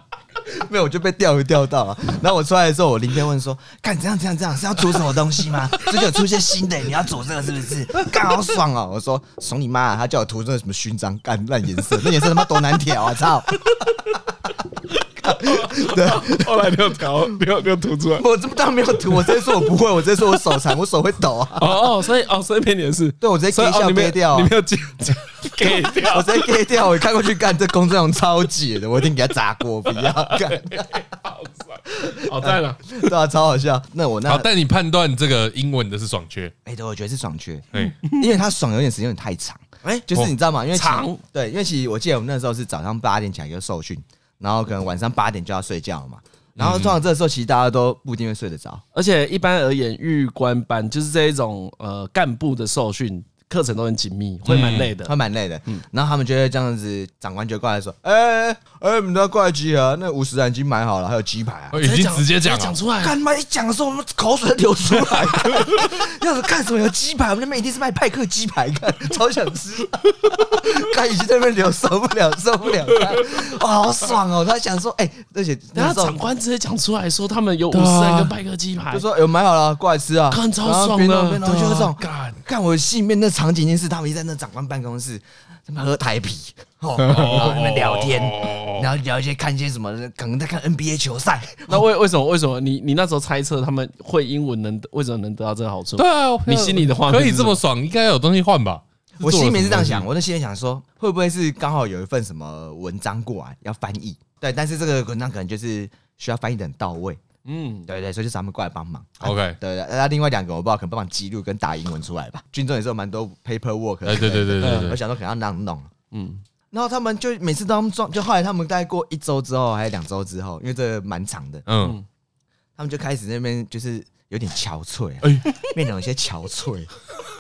C: 没有，我就被钓鱼钓到了。啊然后我出来的时候，我邻居问说：“干这样这样这样是要煮什么东西吗？最近有出现新的，你要煮这个是不是？干好爽哦！”我说：“爽你妈、啊！”他叫我涂这个什么勋章，干烂颜色，那颜色他妈多难调啊！操！
A: 后来你有调，你有你有吐出来。
C: 我这当然没有涂，我直接说我不会，我直接说我手残，我手会抖啊！
A: 哦哦，所以哦，所以骗你的是，
C: 对我直接
A: 所以
C: gay 笑
A: 哦，你没有
C: gay 掉啊
A: 你没有接 给
C: 我
A: 掉，
C: 直接 gay 掉，我一看过去干，这公这种超解的，我一定给他砸锅，不要干，
A: 好爽，好赞
B: 呃
A: 啊！
C: 对啊，超好笑。那我那
B: 好，但你判断这个英文的是爽缺，
C: 哎、对，我觉得是爽缺，
B: 哎，
C: 因为他爽有点时间有点太长，哎、就是你知道吗？因为其
A: 长
C: 对，因为其实我记得我们那时候是早上八点起来就受训，然后可能晚上八点就要睡觉嘛，然后通常这时候其实大家都不一定会睡得着，
A: 而且一般而言，玉官班就是这一种呃干部的受训课程都很紧密，会蛮累的。
C: 还蛮累的。然后他们就会这样子，长官就过来说：“哎、哎、你们都要过来集合，那五十人已经买好了，还有鸡排啊。”
B: 哦已经直接讲
A: 讲
B: 了，
A: 出来
C: 干
A: 了，
C: 嘛一讲的时候，我们口水都流出 来。要是看什么有鸡排，我们那边一定是卖派克鸡排，看 超想吃。看雨琦在那边流，受不了，受不了。看哇，好爽哦！他想说，哎、而且
A: 然
C: 那
A: 后
C: 时候
A: 长官直接讲出来说他们有五
B: 对啊
A: 十人跟拜克鸡排
C: 就，说有买好了，过来吃啊，
A: 干超
C: 然后
A: 爽
C: 边
A: 的
C: 弄边弄
A: 对啊
C: 就是这种
B: 干
C: 干。我心里面那场景就是他们一直在那长官办公室， 他们喝台啤，哦，然后在那边聊天，
B: 哦
C: 然后聊一些看一些什么，可能在看 NBA 球赛。
A: 那为为什么为什么你你那时候猜测他们会英文能为什么能得到这个好处？
B: 对啊，
A: 你心里的画面
B: 可以
A: 是
B: 这么爽，应该有东西换吧？
C: 我
B: 做
C: 心
B: 了
C: 里面是这样
B: 什么
C: 想，我的心里想说，会不会是刚好有一份什么文章过来要翻译？对，但是这个文章可能就是需要翻译的很到位，
A: 嗯，
C: 对对，所以就是他们过来帮忙。
B: 东西，OK，
C: 对对，那另外两个我不知道，可能帮忙记录跟打英文出来吧。军中也是有蛮多 paperwork，
B: 哎，对对对对
C: 我
B: 对，
C: 想说可能要那样弄。
A: 嗯
C: 嗯，然后他们就每次都他们装，就后来他们大概过一周之后，还有两周之后，因为这个蛮长的，
B: 嗯，
C: 他们就开始那边就是有点憔悴、啊，
B: 哎，
C: 面容有些憔悴，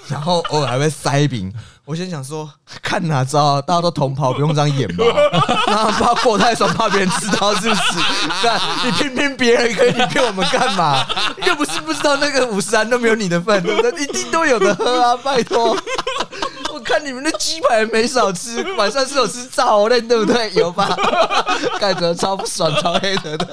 C: 然后偶尔还会塞饼。我先想说，看哪招啊，大家都同袍，不用这样演嘛。然后怕过太爽，怕别人知道是不是？干你骗骗别人可以，你骗我们干嘛？又不是不知道那个五十安都没有你的份，对不对？一定都有的喝啊，拜托。我看你们的鸡排没少吃，晚上是有吃早的，对不对？有吧？干得超不爽，超黑的。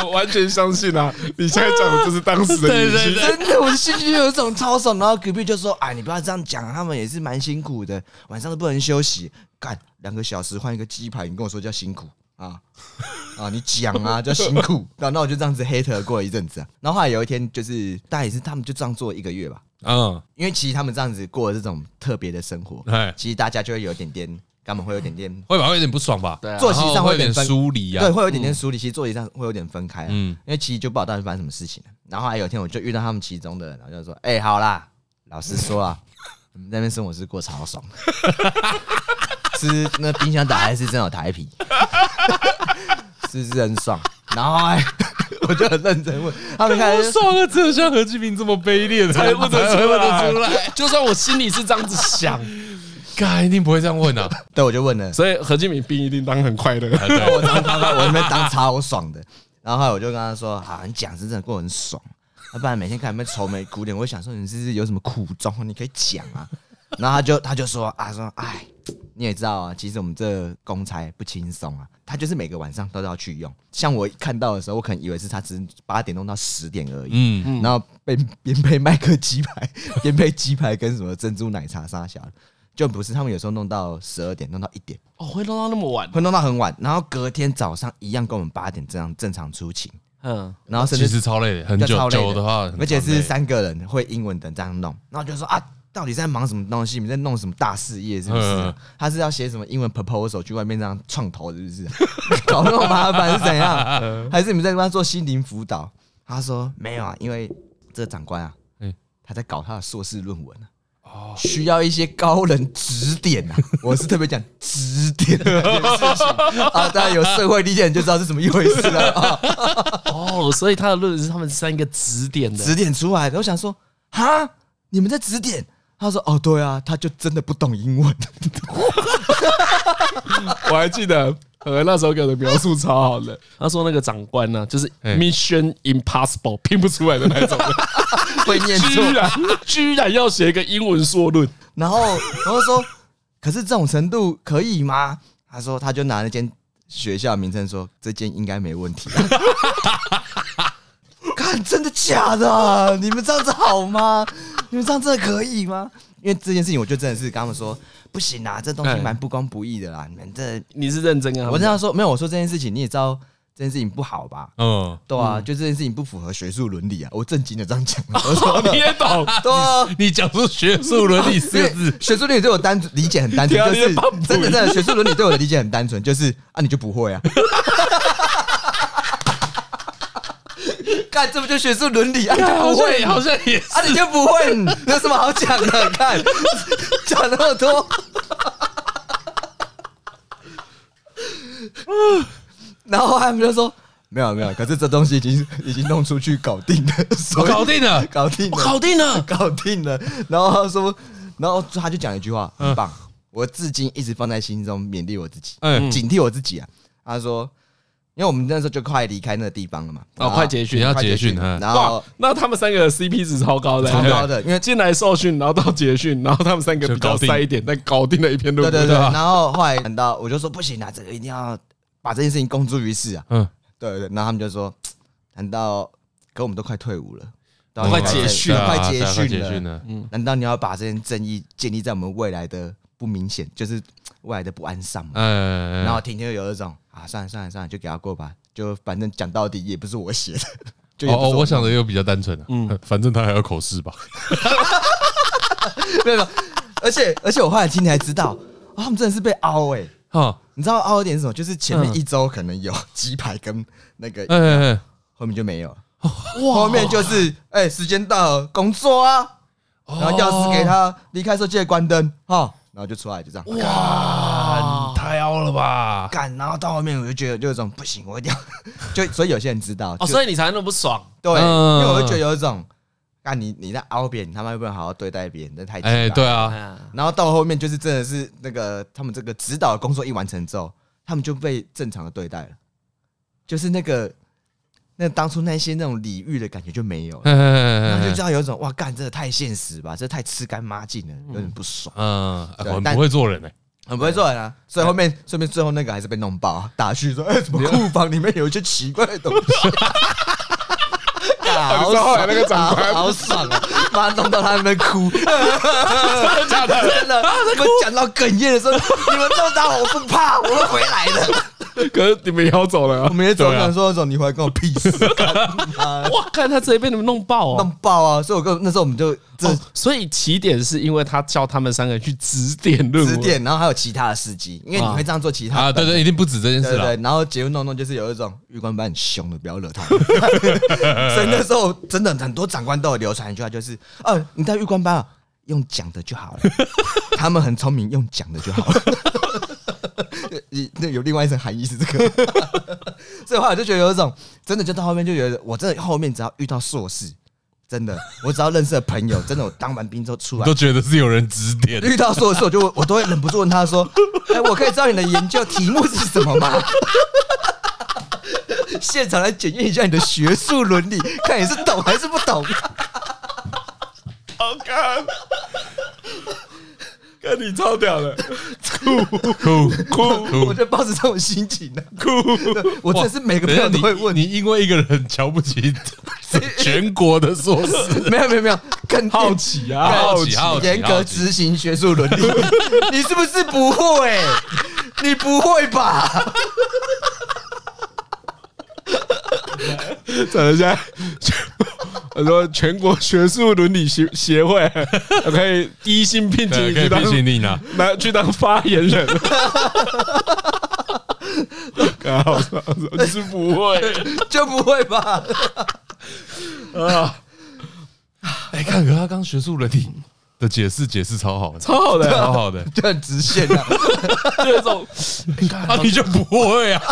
A: 我完全相信啊！你现在讲的就是当时 的语气，
C: 真的，我心里有一种超爽。然后隔壁就说：“哎，你不要这样讲，他们也是蛮辛苦的，晚上都不能休息，干两个小时换一个鸡排，你跟我说叫辛苦啊啊，你讲啊叫辛苦。”然后那我就这样子黑特过了一阵子啊。然后后来有一天，就是大概也是他们就这样做一个月吧，
B: 嗯，
C: 因为其实他们这样子过这种特别的生活，
B: 哎，
C: 其实大家就会有一点点，他们会有一点点
B: 会吧，会有点不爽吧？
A: 对啊
C: 作息上
B: 然后
C: 会
B: 会有
C: 有点
B: 点
C: 分
B: 疏离啊
C: 对，，会有一点点疏离，其实座椅上会有点分开、啊，
B: 嗯
C: 嗯，因为其实就不知道到底发生什么事情了。然后还有一天，我就遇到他们其中的人，然后就说：“哎、好啦，老实说啊，你们那边生活是过超爽，吃那冰箱打开是真有台皮，是不是很爽？”然后还 我就很认真问他们，开
B: 不
C: 始
B: 爽啊！只有像何志平这么卑劣 的，
A: 猜不得出来，
B: 猜不得出来。
A: 就算我心里是这样子想，
B: 干一定不会这样 问啊！
C: 对我就问了，
A: 所以何敬敏兵一定当很快乐。
B: 啊对
C: 我当当当，我那边当超爽的。然后后来我就跟他说：“啊，你讲是真的过得很爽，要不然每天看你们愁眉苦脸，我想说你是不是有什么苦衷，你可以讲啊。” 然后他就他就说：“啊，说哎，你也知道啊，其实我们这公差不轻松啊，他就是每个晚上都要去用。像我一看到的时候，我可能以为是他只是八点弄到十点而已，
B: 嗯，
C: 然后被 边配麦克鸡排，边配鸡排跟什么珍珠奶茶沙小的，就不是他们有时候弄到十二点，弄到一点。”
A: 哦，会弄到那么晚，
C: 会弄到很晚，然后隔天早上一样跟我们八点这样正常出勤，
A: 嗯，
C: 然后甚
B: 其
C: 至
B: 实超累的，很
C: 比较
B: 久
C: 超累
B: 久的话很常累，
C: 而且是三个人会英文的这样弄，然后就说啊，到底在忙什么东西？你们在弄什么大事业是不是啊、
B: 嗯
C: 他是要写什么英文 proposal 去外面这样创投是不 是？搞那么麻烦是怎
B: 嗯
C: 样？还是你们在帮他做心灵辅导？他说没有啊，因为这个长官啊，
B: 嗯
C: 他在搞他的硕士论文啊。
B: 哦
C: 需要一些高人指点啊！我是特别讲指点这件事情啊，大家有社会历练就知道是怎么一回事了啊。
A: 哦，所以他的论文是他们三个指点的，
C: 指点出来的。我想说，哈，你们在指点？他说：“哦，对啊，他就真的不懂英文。
A: 我还记得和那时候给我的描述超好的，他说那个长官呢、就是
B: 哎
A: Mission Impossible 拼不出来的那 种，
C: 会念错
A: 居然居然要写一个英文说论，”
C: 然后，然后说：“可是这种程度可以吗？”他说：“他就拿那间学校的名称说，这间应该没问题。” 看，真的假的啊？你们这样子好吗？你们这样真的可以吗？因为这件事情，我就真的是跟他们说，不行啊，这东西
A: 哎
C: 蛮不公不义的啦。你们这，
A: 你是认真啊？
C: 我这样说没有，我说这件事情你也知道，这件事情不好吧？
B: 嗯，
C: 对啊，就这件事情不符合学术伦理啊！我正经的这样 讲，我说
A: 哦你也懂，
C: 对啊，
B: 你讲出学术伦理四个
C: 因为
B: 字，
C: 学术伦理对我单理解很 单纯，
A: 天啊
C: 就
A: 你
C: 是
A: 也棒
C: 真的真的学术伦理对我的理解很单纯，就是啊你就 不会啊，看这不就学术伦理啊？你就
A: 好
C: 不会
A: 像
C: 啊
A: 好像也是。
C: 你就不会，你有什么好讲的？看讲那么多，然后他们就说没有没有，可是这东西已经已经弄出去搞定了，所
B: 我
C: 以
B: 哦搞定了，
C: 搞定了，
A: 我搞定了，
C: 搞定了。然后他说，然后他就讲一句话，很棒，我至今一直放在心中，勉励我自己，
B: 嗯
C: 警惕我自己啊。他说，因为我们那时候就快离开那个地方了嘛，
A: 哦，快结
B: 你
A: 训
B: 要！
C: 快
B: 结
C: 结
B: 训
C: 训
B: 嗯
C: 然
A: 哇
C: 后，
A: 那他们三个的 CP 值超高的，
C: 超高的，因为
A: 进来受训，然后到结训，然后他们三个比较塞一点，但搞定了一篇论
C: 对
A: 文。
C: 对对，
A: 吧
C: 然后后来等到我就说不行啊，这个一定要把这件事情公诸于世啊。
B: 嗯，
C: 对对，对然后他们就说，难道可我们都快退伍了，
B: 哦
C: 到
A: 快
C: 你们
A: 结
C: 这
A: 训了
C: 快
B: 对
C: 结
B: 啊快
C: 训
B: 结
C: 了嗯
B: 训，了，
C: 难道你要把这件正义建立在我们未来的不明显，就是未来的不安上吗？
B: 嗯，
C: 然后婷婷有一种啊，算了算了算了，就给他过吧，就反正讲到底也不是我写的，就也不
B: 哦，
C: 是
B: 我想
C: 的，
B: 的又比较单纯，嗯， 反正他还要口试吧，
C: 没有没有，而且而且我后来听才知道，哦他们真的是被凹哎、
B: 哈，
C: 你知道凹的点是什么？就是前面
A: 嗯
C: 一周可能有鸡排跟那个，
B: 哎哎哎，
C: 后面就没有了，后面就是哎、时间到了，工作啊，然后钥匙给他，离开时候记得关灯哈，然后就出来就这样。
B: 哇，太凹了吧？
C: 干，然后到后面我就觉得就有一种不行，我一定要 就，所以有些人知道，
A: 哦，
C: 就
A: 所以你才那么不爽。
C: 对，
B: 嗯
C: 因为我就觉得有一种，干你你在凹别人，他妈又不能好好对待别人，那太鸡
B: 哎，
C: 巴
B: 对。啊，
A: 啊，
C: 然后到后面就是真的是那个他们这个指导的工作一完成之后，他们就被正常的对待了，就是那个那当初那些那种礼遇的感觉就没有了，然后哎就
B: 嗯
C: 知道有一种哇干，这个太现实吧，这太吃干抹净了，有点不爽，
B: 嗯，很不会做人哎，
C: 很不会做人啊。所以后面顺便最后那个还是被弄爆啊，打去说哎、怎么库房里面有一些奇怪的东西。
A: 你
C: 好
A: 知道后来那个长
C: 爽，
A: 官
C: 好 爽啊！妈弄到他那边哭，
A: 真的假的？
C: 真的，你们讲到哽咽的时候，你们弄到我不怕，我会回来的。
A: 可是你们也要走了
C: 我
A: 啊。
C: 们也总
B: 对啊
C: 想说那种，你回来跟我屁事，干嘛
A: 哇，看他直接被你们弄爆
C: 弄
A: 哦！
C: 爆啊！所以我跟那时候我们就这
A: 哦所以起点是因为他叫他们三个去指点论文，
C: 指点，然后还有其他的司机，因为你会这样做其他
B: 啊，对对，一定不止这件
C: 对
B: 事
C: 对
B: 了，
C: 对，然后结婚弄弄就是有一种玉官班很凶的，不要惹他。所以那时候真的很多长官都有流传一句话，就是呃，你在玉官班啊，用讲的就好了，他们很聪明，用讲的就好了。 你那有另外一层含义是这个， 所以后来就觉得有一种真的，就到后面就觉得，我真的后面只要遇到硕士，真的，我只要认识的朋友，真的，我当完兵之后出来
B: 都觉得是有人指点，
C: 遇到硕士，我就我都会忍不住问他说：“哎、我可以知道你的研究题目是什么吗？” 现场来检验一下你的学术伦理，看你是懂还是不懂。
A: 好看，看你超屌的，
B: 哭哭
C: 我
B: 哭。
C: 就抱着这种心情 呢、哭。 我真的是每个朋
B: 等一下
C: 友都
B: 你
C: 会问，
B: 你因为一个人瞧不起全国的硕士，
C: 没有没有没有，更
A: 好奇啊，
B: 好奇好奇
C: 严格执行学术伦理， 你是不是不会？你不会吧？
A: 等一下，我说 全国学术伦理协协会 我可以低薪聘请
B: 对，
A: 你
B: 可
A: 去
B: 以
A: 当
B: 聘请你呢。
A: 拿去当发言 人。刚好说是不会
C: 就不会吧？
A: 啊，
B: 哎，看，可他刚学术伦理的解释解释超好的，
A: 超好的
B: 超好的。
C: 就很直线啊。
A: 这种
B: 啊，你就不会啊？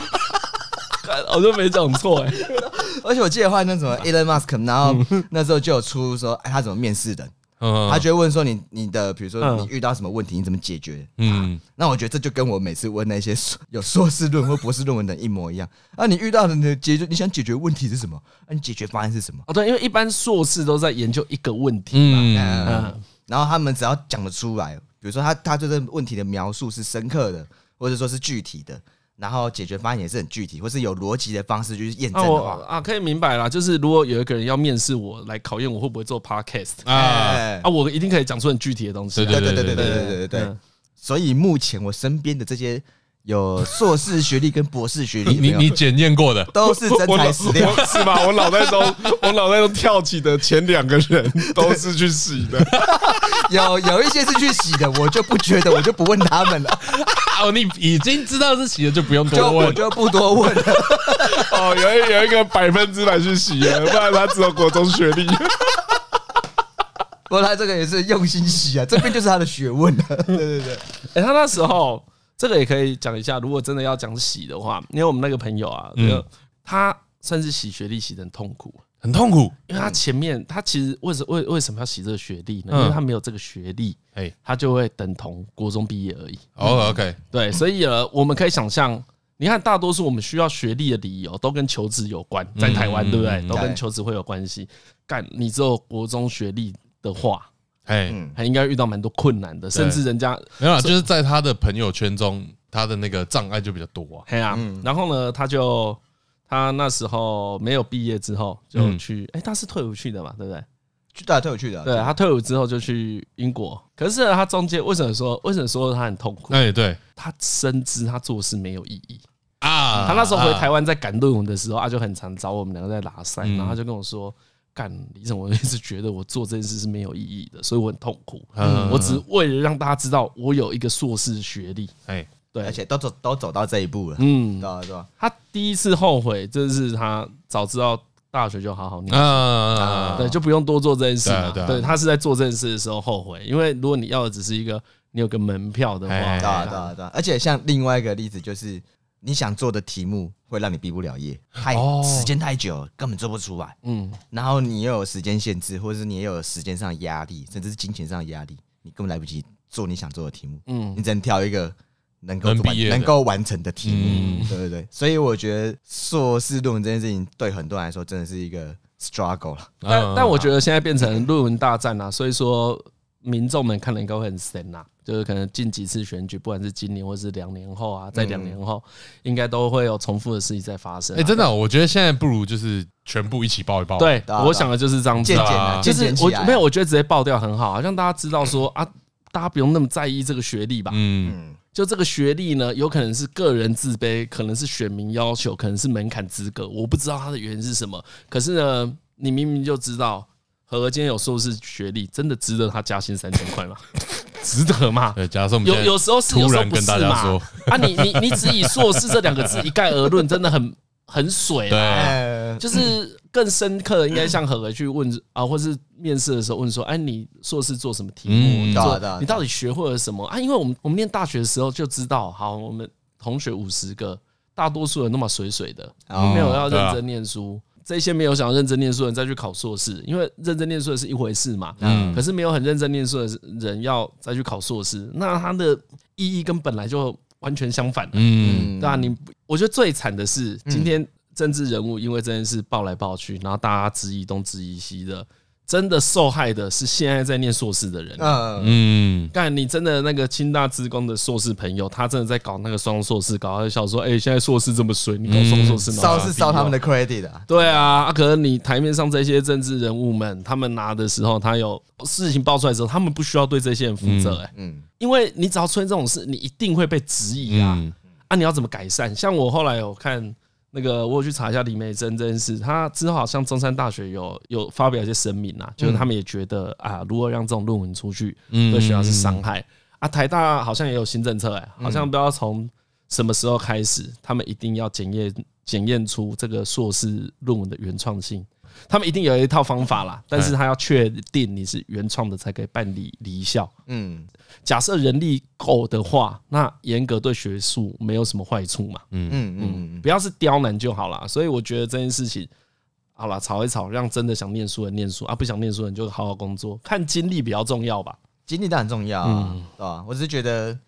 A: 我就没讲错哎，
B: 嗯
C: 而且我记得后来那什么 Elon Musk，然后那时候就有出说，哎，他怎么面试的？
B: 嗯
C: 他就会问说你你的比如说
A: 嗯
C: 你遇到什么问题，你怎么解决？
B: 嗯，
C: 那我觉得这就跟我每次问那些硕有硕士论文或博士论文的人一模一样。啊，你遇到的你的解决你想解决问题是什么？啊，你解决方案是什么？
A: 哦，对，因为一般硕士都在研究一个问题嘛。
B: 嗯，
C: 嗯，然后他们只要讲得出来，比如说他他对这个问题的描述是深刻的，或者说是具体的，然后解决方案也是很具体，或是有逻辑的方式去验证
A: 那
C: 的
A: 我
C: 话，
B: 哦
A: 啊，可以明白啦，就是如果有一个人要面试我，来考验我会不会做 podcast
B: 啊，
C: 哎
A: 啊，我一定可以讲出很具体的东西啊。
C: 对对
B: 对
C: 对
B: 对对
C: 对对对对对对
A: 嗯。
C: 所以目前我身边的这些有硕士学历跟博士学
B: 你
C: 历的
B: 你
C: 朋
B: 你
C: 友，
B: 检验过的，
C: 都是真
A: 我
C: 材
A: 脑
C: 实料。
A: 我哎是吧？我脑袋中， 我脑袋中跳起的前两个人都是去洗的。
C: 有 有一些是去洗的，我就不觉得，我就不问他们了，
B: 哦，你已经知道是洗的，就不用
C: 就
B: 多
C: 我
B: 问。
C: 就不多问了。
A: 哦，有一有一个百分之百去洗的，不然他只有国中学历。
C: 不过他这个也是用心洗啊，这边就是他的学问啊了。
A: 哎、他那时候这个也可以讲一下，如果真的要讲洗的话，因为我们那个朋友啊，
B: 嗯
A: 这个他算是洗学历洗的很痛苦，
B: 很痛苦。
A: 因为他前
C: 嗯
A: 面他其实为什为为什么要洗这个学历呢？
B: 嗯
A: 因为他没有这个学历，
B: 哎，
A: 他就会等同国中毕业而已。
B: 哦，OK，
A: 对，所以呃，我们可以想象，你看，大多数我们需要学历的理由都跟求职有关，在台湾，
B: 嗯
A: 对不对？
B: 嗯
A: 都跟
C: 对
A: 求职会有关系。干，你只有国中学历的话，
B: 哎，
A: 还应该遇到蛮多困难的，甚至人家，
B: 没有啦，就是在他的朋友圈中，他的那个障碍就比较多啊。
A: 嘿啊，然后呢，他就他那时候没有毕业之后就
B: 嗯
A: 去，哎，他是退伍去的嘛，对不对？
C: 去对啊，特有趣的啊。
A: 对他退伍之后就去英国，可是呢他中间为什么说为什么说他很痛苦？
B: 哎，对
A: 他深知他做事没有意义，
B: 啊，嗯
A: 他那时候回台
B: 湾，
A: 湾在赶论文的时候，他就很常找我们两个在拉塞，然后他就跟我说：“干，李总，我一直觉得我做这件事是没有意义的，所以我很痛苦。
B: 嗯
A: 我只为了让大家知道我有一个硕士学历。
B: 哎，”
A: 对
C: 而，且都走都走到这一步了，
A: 嗯
C: 对，吧？对啊吧？
A: 他第一次后悔，真的是他早知道大学就好
B: 嗯
A: 好念。
B: 啊，
A: 对，就不用多做这件事嘛。
B: 对啊对啊
A: 对他是在做这件事的时候后悔，因为如果你要的只是一个你有个门票的
B: 哎
A: 话，
C: 对啊，对啊，对啊。而且像另外一个例子就是，你想做的题目会让你毕不了业，太
B: 哦
C: 时间太久了，根本做不出来。
A: 嗯，
C: 然后你又有时间限制，或者是你也有时间上的压力，甚至是金钱上的压力，你根本来不及做你想做的题目。
A: 嗯
C: 嗯，你只能挑一个能够
B: 能
C: 完
B: 毕业的
C: 能够完成的题目，
A: 嗯
C: 对不对？所以我觉得硕士论文这件事情对很多人来说真的是一个 struggle
B: 嗯
C: 了。
A: 但但我觉
B: 得
A: 得现在变成论文大战啦、啊所以说民众们看了应该会很神啦、就是可能近几次选举，不管是今年或是两年后啊，在两年后，应该都会有重复的事情在发生、啊。
B: 哎，真的，哦我觉得现在不如就是全部一起抱一抱。，
A: 对，
C: 对啊
A: 我想的就是这样子
C: 渐
A: 啊
C: 渐。啊，
A: 就
C: 渐
A: 是
C: 渐起
A: 我
C: 来啊，
A: 没有，我觉得直接爆掉很好啊，让大家知道说啊，大家不用那么在意这个学历吧。
B: 嗯，
A: 就这个学历呢，有可能是个人自卑，可能是选民要求，可能是门槛资格，我不知道它的原因是什么。可是呢，你明明就知道，何何今天有硕士学历，真的值得他加薪三千块 吗？值得吗？
B: 对，假设我们
A: 有
B: 现在
A: 有时候是，有
B: 呃突
A: 时候
B: 然
A: 不
B: 跟
A: 是
B: 大家说
A: 嘛。啊，你你你只以硕士这两个字一概而论，真的很很水啊啦。
B: 对
A: 嗯
C: 呃，
A: 就是更深刻的，应该向何何去问啊，或是面试的时候问说，哎，你硕士做什么题目？
B: 嗯
A: 你
C: 对啊对啊对
A: 做
C: 啊
A: 你到底学会了什么啊？因为我们我们念大学的时候就知道，好，我们同学五十个，大多数人都嘛水水的，
C: 哦
A: 没有要
B: 对啊
A: 认真念书。这些没有想要认真念书的人再去考硕士，因为认真念书的是一回事嘛。
B: 嗯
A: 可是没有很认真念书的人要再去考硕士，那它的意义跟本来就完全相反。
B: 嗯，
A: 对啊，你不我觉得最惨的是
C: 嗯
A: 今天政治人物因为这件事抱来抱去，然后大家质疑东质疑西的，真的受害的是现在在念硕士的人。
C: 嗯，
B: 嗯，
A: 干，你真的那个清大职工的硕士朋友，他真的在搞那个双硕士，搞他就笑说，哎，现在硕士这么水，你搞双硕士吗？
C: 嗯烧是烧他们
A: 的。
C: 的 credit 啊，
A: 对啊，啊可能你台面上这些政治人物们，他们拿的时候，他有事情爆出来的时候，他们不需要对这些人负责、哎、
C: 嗯，
A: 因为你只要出现这种事，你一定会被质疑啊。
B: 嗯
A: 啊，你要怎么改善？像我后来有看那个，我有去查一下李美珍这件事，她之后好像中山大学有有发表一些声明
C: 嗯
A: 啊，就是他们也觉得啊，如果让这种论文出去，对学校是伤害啊。台大好像也有新政策、
C: 嗯
A: 哎，好像不知道从什么时候开始，他们一定要检验检验出这个硕士论文的原创性。他们一定有一套方法啦，但是他要确定你是原创的才可以办理离校。
C: 嗯，
A: 假设人力够的话，那严格对学术没有什么坏处嘛，
C: 嗯嗯嗯
A: 不要是刁难就好啦。所以我觉得这件事情好了，吵一吵，让真的想念书的念书啊，不想念书的你就好好工作，看经历比较重要吧。
C: 经历当然很重要啊，
A: 嗯
C: 对吧？我只是觉得，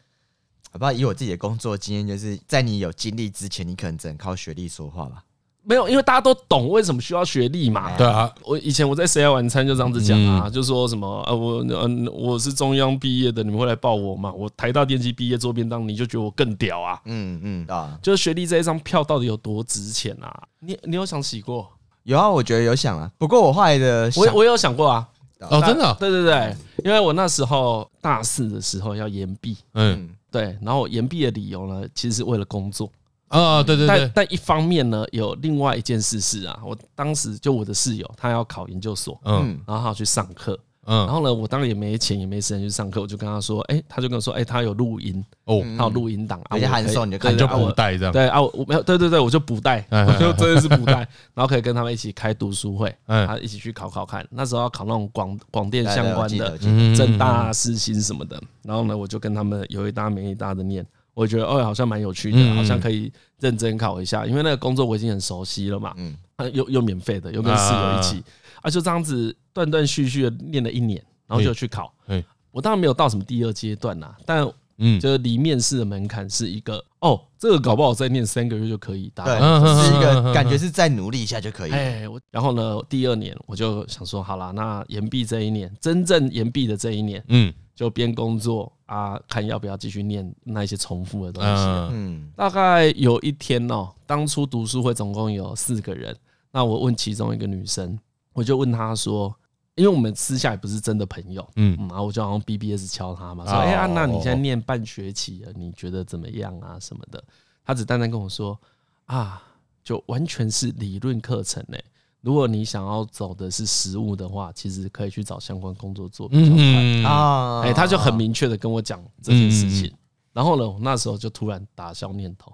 C: 好吧，以我自己的工作经验，就是在你有经历之前，你可能只能靠学历说话吧。
A: 没有，因为大家都懂为什么需要学历嘛。
B: 对啊，
A: 我以前我在《谁爱晚餐》就这样子讲
B: 嗯
A: 啊，就说什么呃我嗯、我是中央毕业的，你们会来报我嘛？我台大电机毕业做便当，你就觉得我更屌啊？
C: 嗯嗯，啊，
A: 就是学历这一张票到底有多值钱啊？你你有想洗过？
C: 有啊，我觉得有想啊。不过我后来的
A: 我
C: 想，
A: 我有想过啊。
B: 哦，真的啊，
A: 对对对，因为我那时候大四的时候要延毕，
B: 嗯
A: 对，然后我延毕的理由呢，其实是为了工作。
B: 啊，对对
A: 但
B: 对，
A: 但一方面呢，有另外一件事是啊，我当时就我的室友他要考研究所，
B: 嗯
C: 嗯
A: 然后他要去上课，然
B: 嗯，
A: 后呢，我当然也没钱也没时间去上课，我就跟他说，哎，他就跟我说，哎，他有录音，
B: 哦，
A: 他有录音档，啊
C: 而且
A: 我可以
C: 函授你就看
A: 对对
B: 你就
A: 啊我
B: 不带这样，
A: 对啊，我我没有，对对对，我就补带，
B: 哎哎
A: 我就真的是补带，然后可以跟他们一起开读书会，
B: 嗯
A: 啊，一起去考考看。那时候要考那种广广电
C: 对
A: 相
C: 对我
A: 关
C: 记得
A: 的
B: 嗯
C: 我，记得
A: 正大啊、世新什么的。然后呢，我就跟他们有一搭没一搭的念，我觉得哦，好像蛮有趣的，
B: 嗯嗯
A: 好像可以认真考一下，因为那个工作我已经很熟悉了嘛，
C: 嗯
A: 啊又又免费的，又跟室友一起，啊，就这样子断断续续的念了一年，然后就去考
B: 嘿。
A: 我当然没有到什么第二阶段啦，但
B: 嗯，
A: 就是离面试的门槛是一个哦，这个搞不好再念三个月就可以达
C: 对，
A: 到。
B: 嗯
C: 只是
B: 嗯
C: 一
B: 嗯嗯
C: 个
B: 嗯
C: 感觉是再努力一下就可以。
A: 哎，我然后呢，第二年我就想说，好啦，那延毕这一年，真正延毕的这一年，
B: 嗯
A: 就边工作啊，看要不要继续念那一些重复的东西。
B: 嗯
C: 嗯，
A: 大概有一天哦、当初读书会总共有四个人，那我问其中一个女生，我就问她说，因为我们私下也不是真的朋友，
B: 嗯，
A: 嗯，然后我就好像 BBS 敲他嘛，说：“
B: 哦
A: 哎、安娜，你现在念半学期了，你觉得怎么样啊？什么的。”他只淡淡跟我说：“啊，就完全是理论课程诶、如果你想要走的是实务的话，其实可以去找相关工作做比较快。
B: 嗯啊，
C: 啊
A: 哎、他就很明确的跟我讲这件事
B: 嗯
A: 情。然后呢，我那时候就突然打消念头。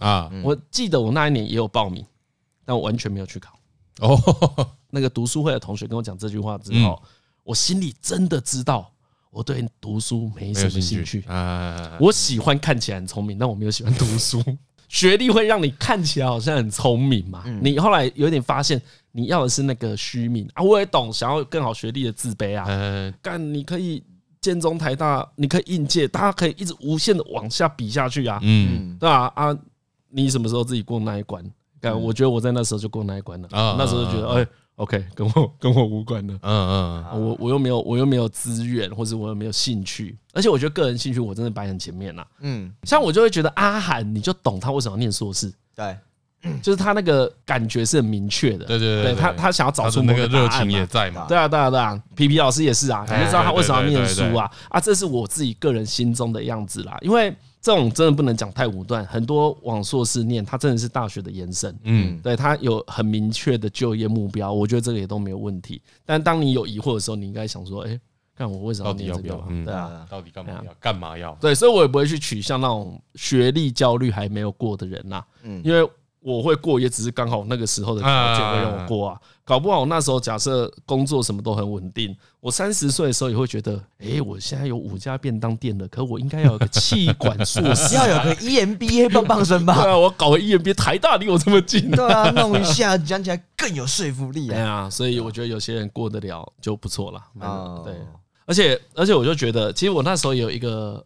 B: 啊，
C: 嗯
A: 我记得我那一年也有报名，但我完全没有去考。
B: 哦，
A: 那个读书会的同学跟我讲这句话之后，
B: 嗯
A: 我心里真的知道我对读书没
B: 没
A: 什
B: 有
A: 么
B: 兴
A: 兴
B: 趣
A: 趣。
B: 啊，
A: 我喜欢看起来很聪明，但我没有喜欢读书。 学历会让你看起来好像很聪明嘛？
B: 嗯
A: 你后来有点发现，你要的是那个虚名啊。我也懂，想要更好学历的自卑啊。
B: 呃，
A: 干，你可以建中、台大，你可以应届，大家可以一直无限的往下比下去啊，
B: 嗯
C: 嗯
A: 对吧、啊？你什么时候自己过那一关？干，我觉得我在那时候就过那一关了，
B: 嗯啊
A: 那时候就觉得，
B: 啊啊
A: 哎，OK，跟我 跟我无关了。
B: 嗯嗯
A: 啊我我又没有我又没有资源，或者我又没有兴趣，而且我觉得个人兴趣我真的摆很前面啦。
C: 嗯，
A: 像我就会觉得阿涵，你就懂他为什么要念硕士，
C: 对，
A: 就是他那个感觉是很明确的。
B: 对对对对
A: 他
B: 对
A: 他想要
B: 他
A: 找
B: 的
A: 出
B: 那
A: 某
B: 个
A: 答
B: 热
A: 案
B: 情
A: 嘛
B: 也在嘛，
A: 对啊，对啊，对啊，皮皮老师也是啊，你
B: 哎
A: 就知道他为什么要念
B: 对对
A: 书
B: 对
A: 啊啊，这是我自己个人心中的样子啦。因为这种真的不能讲太武断，很多往硕士念，他真的是大学的延伸，
B: 嗯
A: 对他有很明确的就业目标，我觉得这个也都没有问题。但当你有疑惑的时候，你应该想说，哎，看我为什么
B: 到底
A: 念
B: 要
A: 这
B: 不
A: 个
B: 要
A: 嘛？
B: 嗯
A: 对啊。
B: 到底干嘛要干嘛要？
A: 对，所以我也不会去取向那种学历焦虑还没有过的人啦、
C: 嗯
A: 因为我会过，也只是刚好那个时候的条件会让我过啊。搞不好我那时候假设工作什么都很稳定，我三十岁的时候也会觉得，诶，我现在有五家便当店了，可我应该要有个气 管硕士。
C: 要有个 E EMBA 棒棒声
A: 对
C: 吧？
A: 啊，我搞个 EMBA 台大离我这么 近。
C: 对啊，弄一下讲起来更有说服力
A: 对
C: 啊。
A: 啊，所以我觉得有些人过得了就不错了。蛮
C: 哦
A: 对，而且而且我就觉得，其实我那时候有一个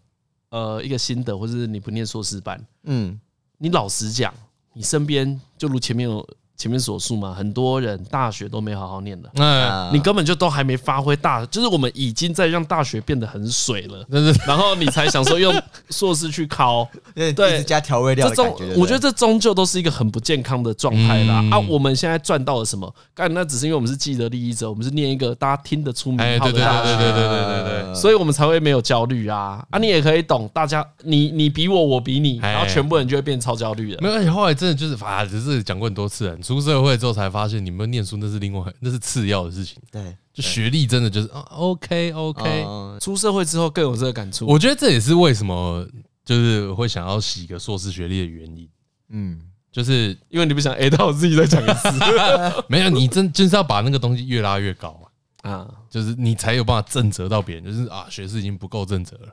A: 呃一个心得，或是你不念硕士班，
C: 嗯，
A: 你老实讲，你身边就如前面有前面所述嘛，很多人大学都没好好念的，
B: 嗯，
C: 啊
A: 你根本就都还没发挥大，就是我们已经在让大学变得很水了，
B: 但是
A: 然后你才想 说用硕士去考，
C: 有点
A: 对
C: 一直加调味料
A: 这
C: 的
A: 终
C: 感觉。
A: 我觉得这终究都是一个很不健康的状态啦。
B: 嗯
A: 啊，我们现在赚到了什么？干，那只是因为我们是既得利益者，我们是念一个大家听得出名
B: 哎，
A: 号
B: 对
A: 的
B: 对对
A: 大
B: 对
A: 学。嗯
B: 对对对对对，
C: 对
A: 所以我们才会没有焦虑啊啊！你也可以懂，大家你你比我，我比你，
B: 哎
A: 然后全部人就会变超焦虑了
B: 没。有，而且后来真的就是啊，只是讲过很多次了。你出社会之后才发现，你们念书那是另外那是次要的事情，
C: 对
B: 就学历真的就是啊，OK OK。
C: 嗯
A: 出社会之后更有这个感触。
B: 我觉得这也是为什么就是会想要洗个硕士学历的原因，
C: 嗯，
B: 就是
A: 因为你不想 A 到我自己再讲一次
B: 没有你真就是要把那个东西越拉越高啊，
A: 啊，
B: 就是你才有办法正责到别人，就是啊，学士已经不够正责了，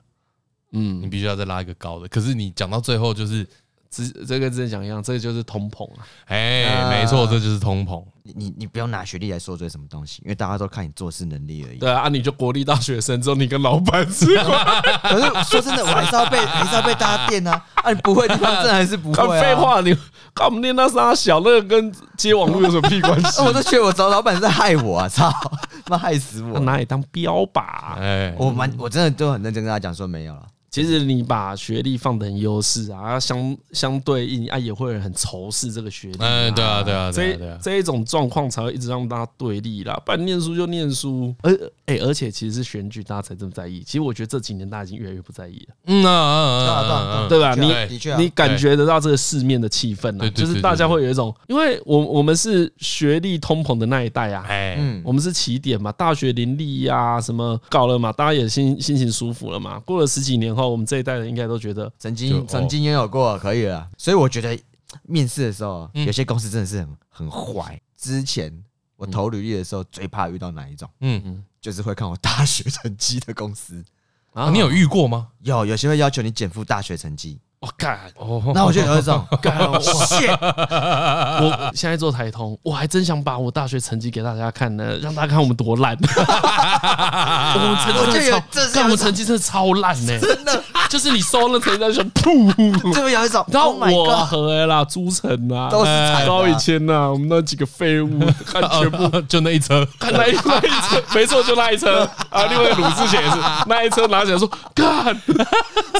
B: 你
A: 嗯，
B: 必须要再拉一个高的。可是你讲到最后就是
A: 之这跟之前讲一样，这个就是通膨啊。
B: 哎，没错，这就是通膨。
C: 你你你不用拿学历来说罪什么东西，因为大家都看你做事能力而已。
A: 对啊，啊你就国立大学生之后，你跟老板吃 饭，
C: 可是说真的，我还是要被还是要被大家电啊！啊，你不会的地方，真的还是不
A: 看
C: 会、啊。
A: 废，话，你看我们念那啥小，那个跟接网络有什么屁关 系？
C: 哦我都觉得我找老板是害我啊！操，妈害死我！
A: 拿你当标靶。啊
B: 哎，
C: 我蛮我真的都很认真跟他讲说没有了。
A: 其实你把学历放得很优势啊，啊相相对应啊，也会有人很仇视这个学历、
B: 哎，对啊，对啊，对啊，对
A: 这
B: 啊，
A: 这一种状况才会一直让大家对立啦，不然念书就念书，而哎、而且其实是选举大家才这么在意。其实我觉得这几年大家已经越来越不在意了，
B: 嗯啊啊啊啊啊，
A: 嗯对吧？
C: 的
A: 你
C: 确啊的确啊
A: 你感觉得到这个市面的气氛啊，
B: 对对对
A: 就是大家会有一种，因为我我们是学历通膨的那一代啊，
B: 哎，
C: 嗯，
A: 我们是起点嘛，大学林立呀、什么搞了嘛，大家也心心情舒服了嘛。过了十几年后，我们这一代人应该都觉得
C: 曾
B: 就
C: 经
B: 哦
C: 曾经也有过，可以了。所以我觉得面试的时候，
A: 嗯
C: 有些公司真的是很很坏。之前
A: 嗯
C: 我投履历的时候，最怕遇到哪一种，
B: 嗯，
C: 就是会看我大学成绩的公司。
B: 啊，你有遇过吗？
C: 有有些会要求你减负大学成绩，
A: 我干，
B: 哦，
C: 那我就有一种， 干我 shit
A: 我现在做台通，我还真想把我大学成绩给大家看呢，让大家看我们多 烂。我们成绩
C: 我
A: 真
C: 就有
A: 的
C: 这
A: 超
C: 是，
A: 干我们成绩真的超烂呢，真的就是你收那成绩单就噗。
C: 就有一种，
A: 然后
C: Oh my
A: 我
C: God
A: 啊何恩啦、朱晨啊，
C: 都是惨的
A: 高以谦呐，我们那几个废物，看全 部
B: 就那一车，
A: 看那一那一车，没错，就那一车啊。另外鲁智贤也是那一车拿起来说干，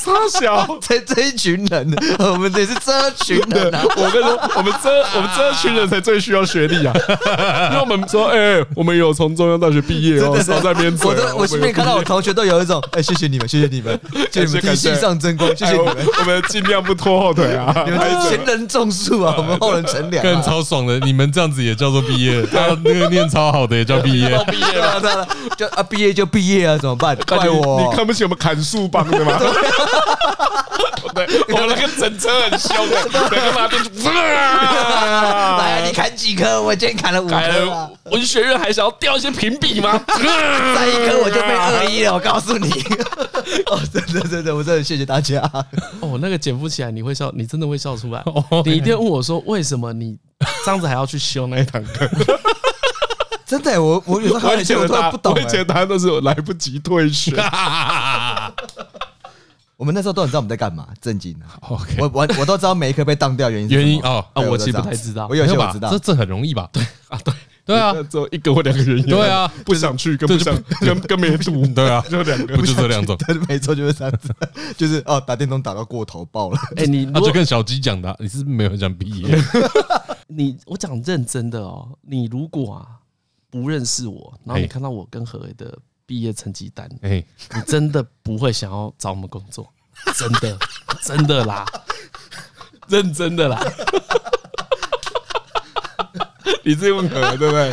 A: 傻小。
C: 这这一群人， 我们也是这群人 啊。
A: 我跟你说，我们这 我们这群人才最需要学历啊， 因为我们说，哎、我们有从中央大学毕业哦，少在边嘴
C: 我
A: 哦、
C: 都我身
A: 们有
C: 边看到我同学都有一种，哎，谢谢你们，谢谢你 们，就你们替系上争光，谢谢你哎
A: 哎
C: 们，
A: 我我们尽量不拖后腿 啊。
C: 你们是前人种树啊，我们后人乘凉
B: 干
C: 啊。
B: 超爽的，你们这样子也叫做毕业，他那个念超好的也叫毕业，
C: 毕业了， 对啊就啊，毕业就毕业啊，怎么办？怪我
A: 你，看不起我们砍树帮对吗？ 对，我那个整车很凶 的，每个马鞭 就
C: 来啊，你砍几颗？我今天砍了五颗
A: 哎改
C: 啊
A: 了，文学院还想要掉一些评比 吗？
C: 再一颗我就被二一了，我告诉你。 哦，真的真的，我真的谢谢大家。
A: 哦，那个减负起来你会笑，你真的会笑出来。你一定要问我说，为什么你这样子还要去修那一堂课？
C: 真的， 我 我有时候看到
A: 我
C: 一
A: 以
C: 些
A: 前
C: 我
A: 的
C: 突然
A: 答
C: 不懂
A: 我以前
C: 欸。
A: 的答案都是我来不及退学。
C: 我们那时候都很知道我们在干嘛，正经啊。
B: OK，
C: 我我我都知道每一颗被当掉原因是什么。
B: 原因哦
A: 啊
C: 对
A: 我
C: 都
A: 其实
C: 道
A: 不太知道
C: 我有
B: 没
C: 些
B: 有
C: 我
B: 吧
C: 知，道
B: 这。这很容易吧？对
A: 啊，对
B: 对啊，
A: 只有一个或两个原因。
B: 对啊，
A: 不想去跟
B: 这
A: 不
B: 就
A: 想
B: 不
A: 跟跟没读，
B: 对啊
A: 就两个
B: 不。就这两 种？
C: 对，没错，就是这样子，就是哦，打电动打到过头爆了。
A: 哎，你
B: 啊，
A: 如
B: 就
A: 果
B: 跟小鸡讲的啊，你是不是没有很想毕业，
A: 你我讲认真的哦，你如果啊不认识我，然后你
B: 嘿
A: 看到我跟何伟的毕业成绩单，
B: 哎，
A: 你真的不会想要找我们工作，真的 真的啦，认真的啦。 你自己问何伟对不对？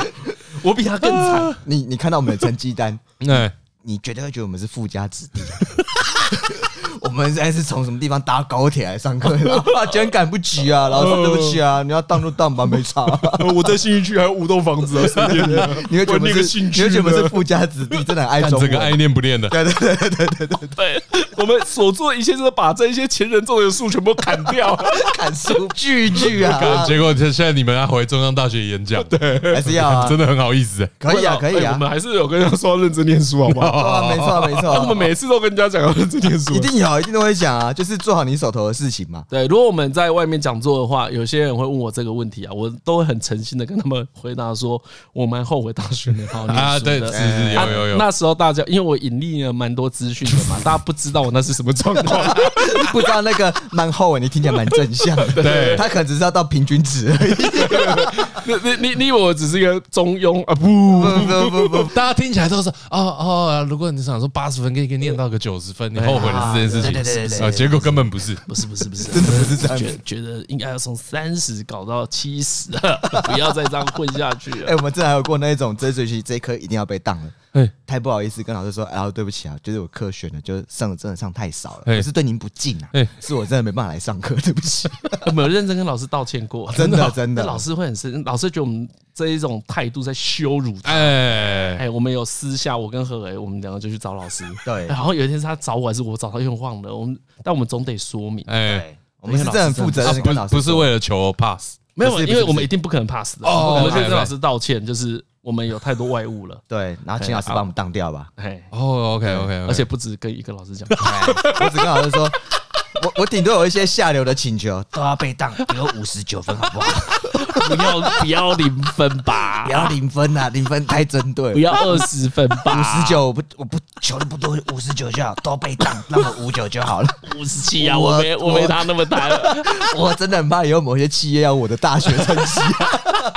A: 我比他更惨，
C: 你你看到我们的成绩单，
B: 哎，
C: 你绝对会觉得我们是富家子弟。 我们现在是从什么地方搭高铁来上课的？啊，今天赶不及
B: 哦
C: 啊，老师对不起啊，你要当就当吧，没差。
A: 我在新义区还有五栋房子啊，随便你啊
C: 你会觉得我
A: 我
C: 们
A: 念
C: 是，
A: 新
C: 你
A: 区
C: 会觉得我们
A: 的
C: 是富家子弟，真的很爱
B: 干
C: 中
B: 这个爱
C: 文。
B: 念不念的，
C: 对对对对对对对，
A: 对，我们所做的一切就是把这一些前人种的树全部砍掉。
C: 砍书句句
B: 干
C: 啊，
B: 结果现在你们要回中央大学演讲，对，
C: 还是要啊
B: 真，的很好意思哎。
C: 可以啊，可以
A: 哎
C: 啊
A: 我，们还是有跟人家说要认真念书，好不 好？
C: 对啊，没错没错，
A: 我们每次都跟人家讲要认真念书
C: 一。定有，一定都会讲啊，就是做好你手头的事情嘛。
A: 对，如果我们在外面讲座的话，有些人会问我这个问题啊，我都会很诚心的跟他们回答说，我蛮后悔当时没好好念书的。
B: 啊，对，是是有有有，
A: 那时候大家因为我引力了蛮多资讯的嘛，大家不知道我那是什么状况。
C: 不知道那个蛮后尾，你听起来蛮正向的，
B: 对
C: 他可能只是要到平均值而
A: 你
C: 已。
A: 你你你以为我只是一个中庸啊？
C: 不
A: 不，
C: 不不不，
B: 大家听起来都是哦哦，如果你想说八十分，可以可以念到个九十分，你后悔的是这件事情，
C: 对对对对对
B: 啊，结果根本不是，
A: 不哦是不是不是，真的不是这样，觉觉得应该要从三十搞到七十， 不要再这样混下去了
C: 哎，。我们这还有过那一种这学期这一科一定要被当了
B: 哎，
C: 太不好意思跟老师说，哎老师对不起啊，就是我课选的就是上的真的上太少了，
B: 哎
C: 不是对您不敬啊
B: 哎，
C: 是我真的没办法来上课，对不起，
A: 我们有认真跟老师道歉过，哦
C: 真的真的
A: 那老师会很生，老师觉得我们这一种态度在羞辱他。
B: 哎，
A: 哎，我们有私下，我跟何伟，我们两个就去找老师。
C: 对
A: 哎好像有一天是他找我，还是我找他，因为我忘了。我们但我们总得说明，
B: 哎，
C: 我们是真的很负责任
B: 啊
C: 的跟老
B: 不
C: 师
B: 不是
C: 说
B: 为了求 pass，
A: 没
C: 不
A: 有，
C: 是
A: 因为
C: 不是
A: 我们一定不可能 pass 的，
B: 哦
A: 我们跟
B: 哎
A: 郑老师道歉，就是我们有太多外物了，
C: 对，然后请老师帮我们当掉吧。
A: 哎，
B: 哦，OK OK，
A: 而且不止跟一个老师讲，
C: 我只跟老师说， 我我顶多有一些下流的请求都要被当，给我五十九分 好不好？
A: 不要不要零分吧
C: 不，要零分啊，零分太针对
A: 不
C: 了。
A: 要二十分吧，
C: 五十九，我不我不求的不多，五十九就好，都被当，那我五九就 好了。
A: 五十七啊，
C: 我
A: 我没我没他那么大，
C: 我真的很怕以后某些企业要我的大学成绩、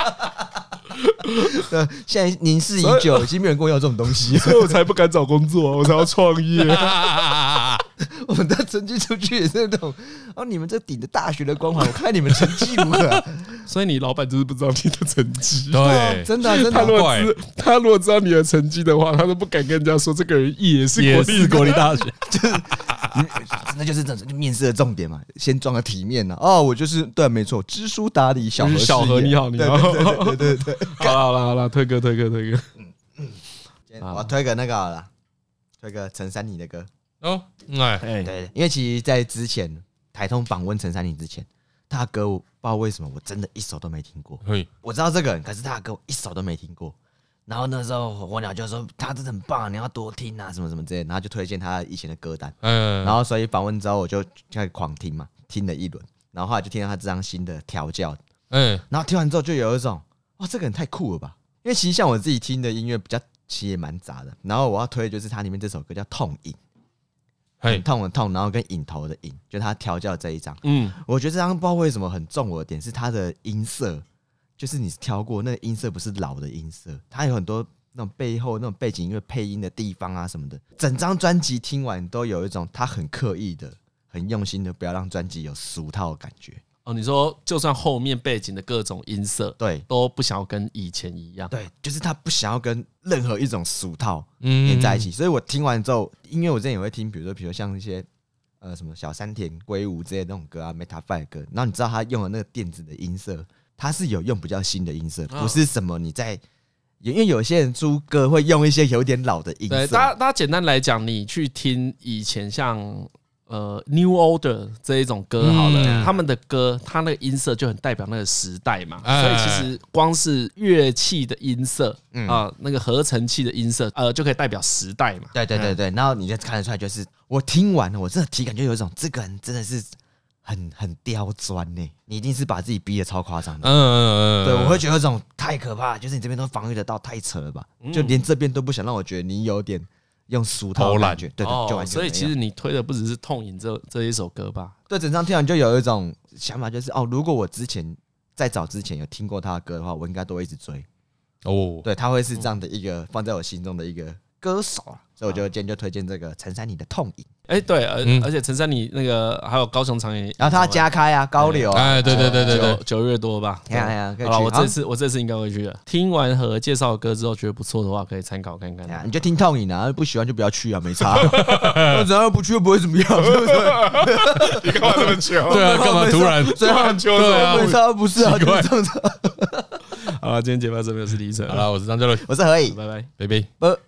C: 对，现在凝视已久，已经没有人跟我要这种东西了。
A: 所以我才不敢找工作，我才要创业。
C: 我们的成绩出去也是那种，哦，你们这顶着大学的光环，我看你们成绩如何啊、
A: 所以你老板就是不知道你的成绩。
B: 对，
C: 真的啊、真的
A: 他
C: 啊、
A: 如果
B: 怪
A: 知他如果知道你的成绩的话，他都不敢跟人家说这个人也是
B: 也
A: 国
B: 是
A: 立
B: 国立大学，
C: 嗯 那就是这种面试的重点嘛，先装个体面呢、哦，我就是对，没错，知书达理，小
A: 就
C: 何
A: 是小何
C: 何
A: 你好你好
C: 对对对对对对对
A: 好 了好了好了，推哥推哥推哥，
C: 今天
A: 啊
C: 我推个那个好了，推个陈珊妮的歌。
B: 哦，嗯哎，
A: 哎
C: 对，因为其实，在之前台通访问陈珊妮之前，他的歌我不知道为什么我真的一首都没听过。
B: 嘿，
C: 我知道这个人，可是他的歌我一首都没听过。然后那时候火鸟就说他真的很棒，你要多听啊，什么什么之类的，然后就推荐他以前的歌单。
B: 嗯
C: 然，后所以访问之后，我就开始狂听嘛，听了一轮，然后后来就听到他这张新的调教，
B: 嗯，
C: 然后听完之后就有一种哇，这个人太酷了吧！因为其实像我自己听的音乐比较其实也蛮杂的，然后我要推的就是它里面这首歌叫《痛瘾》，很
B: 嘿，
C: 痛的痛，然后跟瘾头的瘾，就他调教这一张。
A: 嗯，
C: 我觉得这张不知道为什么很中我的点是它的音色，就是你挑过那个音色不是老的音色，它有很多那种背后那种背景音乐配音的地方啊什么的。整张专辑听完都有一种他很刻意的、很用心的，不要让专辑有俗套的感觉。
A: 哦，你说就算后面背景的各种音色
C: 对
A: 都不想要跟以前一样，
C: 对，就是他不想要跟任何一种俗套
B: 嗯
C: 连在一起。所以我听完之后，因为我之前也会听，比如说，比如像一些呃什么小山田圭吾之类的那种歌啊，Meta Five 歌，然后你知道他用的那个电子的音色，他是有用比较新的音色，
A: 嗯
C: 不是什么你在。因为有些人出歌会用一些有点老的音
A: 对，大家
C: 色，
A: 大家简单来讲，你去听以前像呃 New Order 这一种歌好了，
B: 嗯
A: 他们的歌，它那个音色就很代表那个时代嘛，
B: 哎
A: 所以其实光是乐器的音色啊、那个合成器的音色，呃，就可以代表时代嘛。
C: 对对对对，然后你就看得出来，就是我听完了，我真的体感就有一种这个人真的是很很刁钻呢，你一定是把自己逼得超夸张的
B: 嗯，。嗯嗯，
C: 对，我会觉得这种太可怕，就是你这边都防御得到，太扯了吧？
B: 嗯
C: 就连这边都不想让我觉得你有点用俗套
B: 偷
C: 的
B: 懒哦
C: 感觉，对对，就完全
A: 所以
C: 没
A: 其
C: 有
A: 实你推的不只是《痛饮》这这一首歌吧？
C: 对整张听完就有一种想法，就是哦，如果我之前在早之前有听过他的歌的话，我应该都会一直追。
B: 哦，
C: 对，他会是这样的一个放在我心中的一个歌手啊，所以我就今天就推荐这个陈珊妮的《痛瘾》，
A: 哎、对，而、
B: 嗯
A: 而且陈珊妮那个还有高雄长演，
C: 然后他要加开啊，高流啊，
B: 哎，对对对对对，
A: 九九月多吧。
C: 哎呀哎呀可以
A: 好了，
C: 去
A: 我
C: 好
A: 这次我这次应该会去的。听完和介绍的歌之后，觉得不错的话，可以参考看看
C: 哎。呀你就听痛瘾啊，不喜欢就不要去啊，没 差，那只要不去又不会怎么样， 对不对？
D: 你干嘛这么久？
B: 对 啊，干嘛突然
C: 所以他们
B: 对啊？
C: 没
B: 我
C: 差，不是啊，
B: 奇
C: 就
B: 怪
C: 是这样子。
A: 好了，今天节目到这边我是李晨，
B: 好了，我是张嘉伦，
C: 我是何以，呃
A: 拜拜。
B: 拜拜。
C: 不。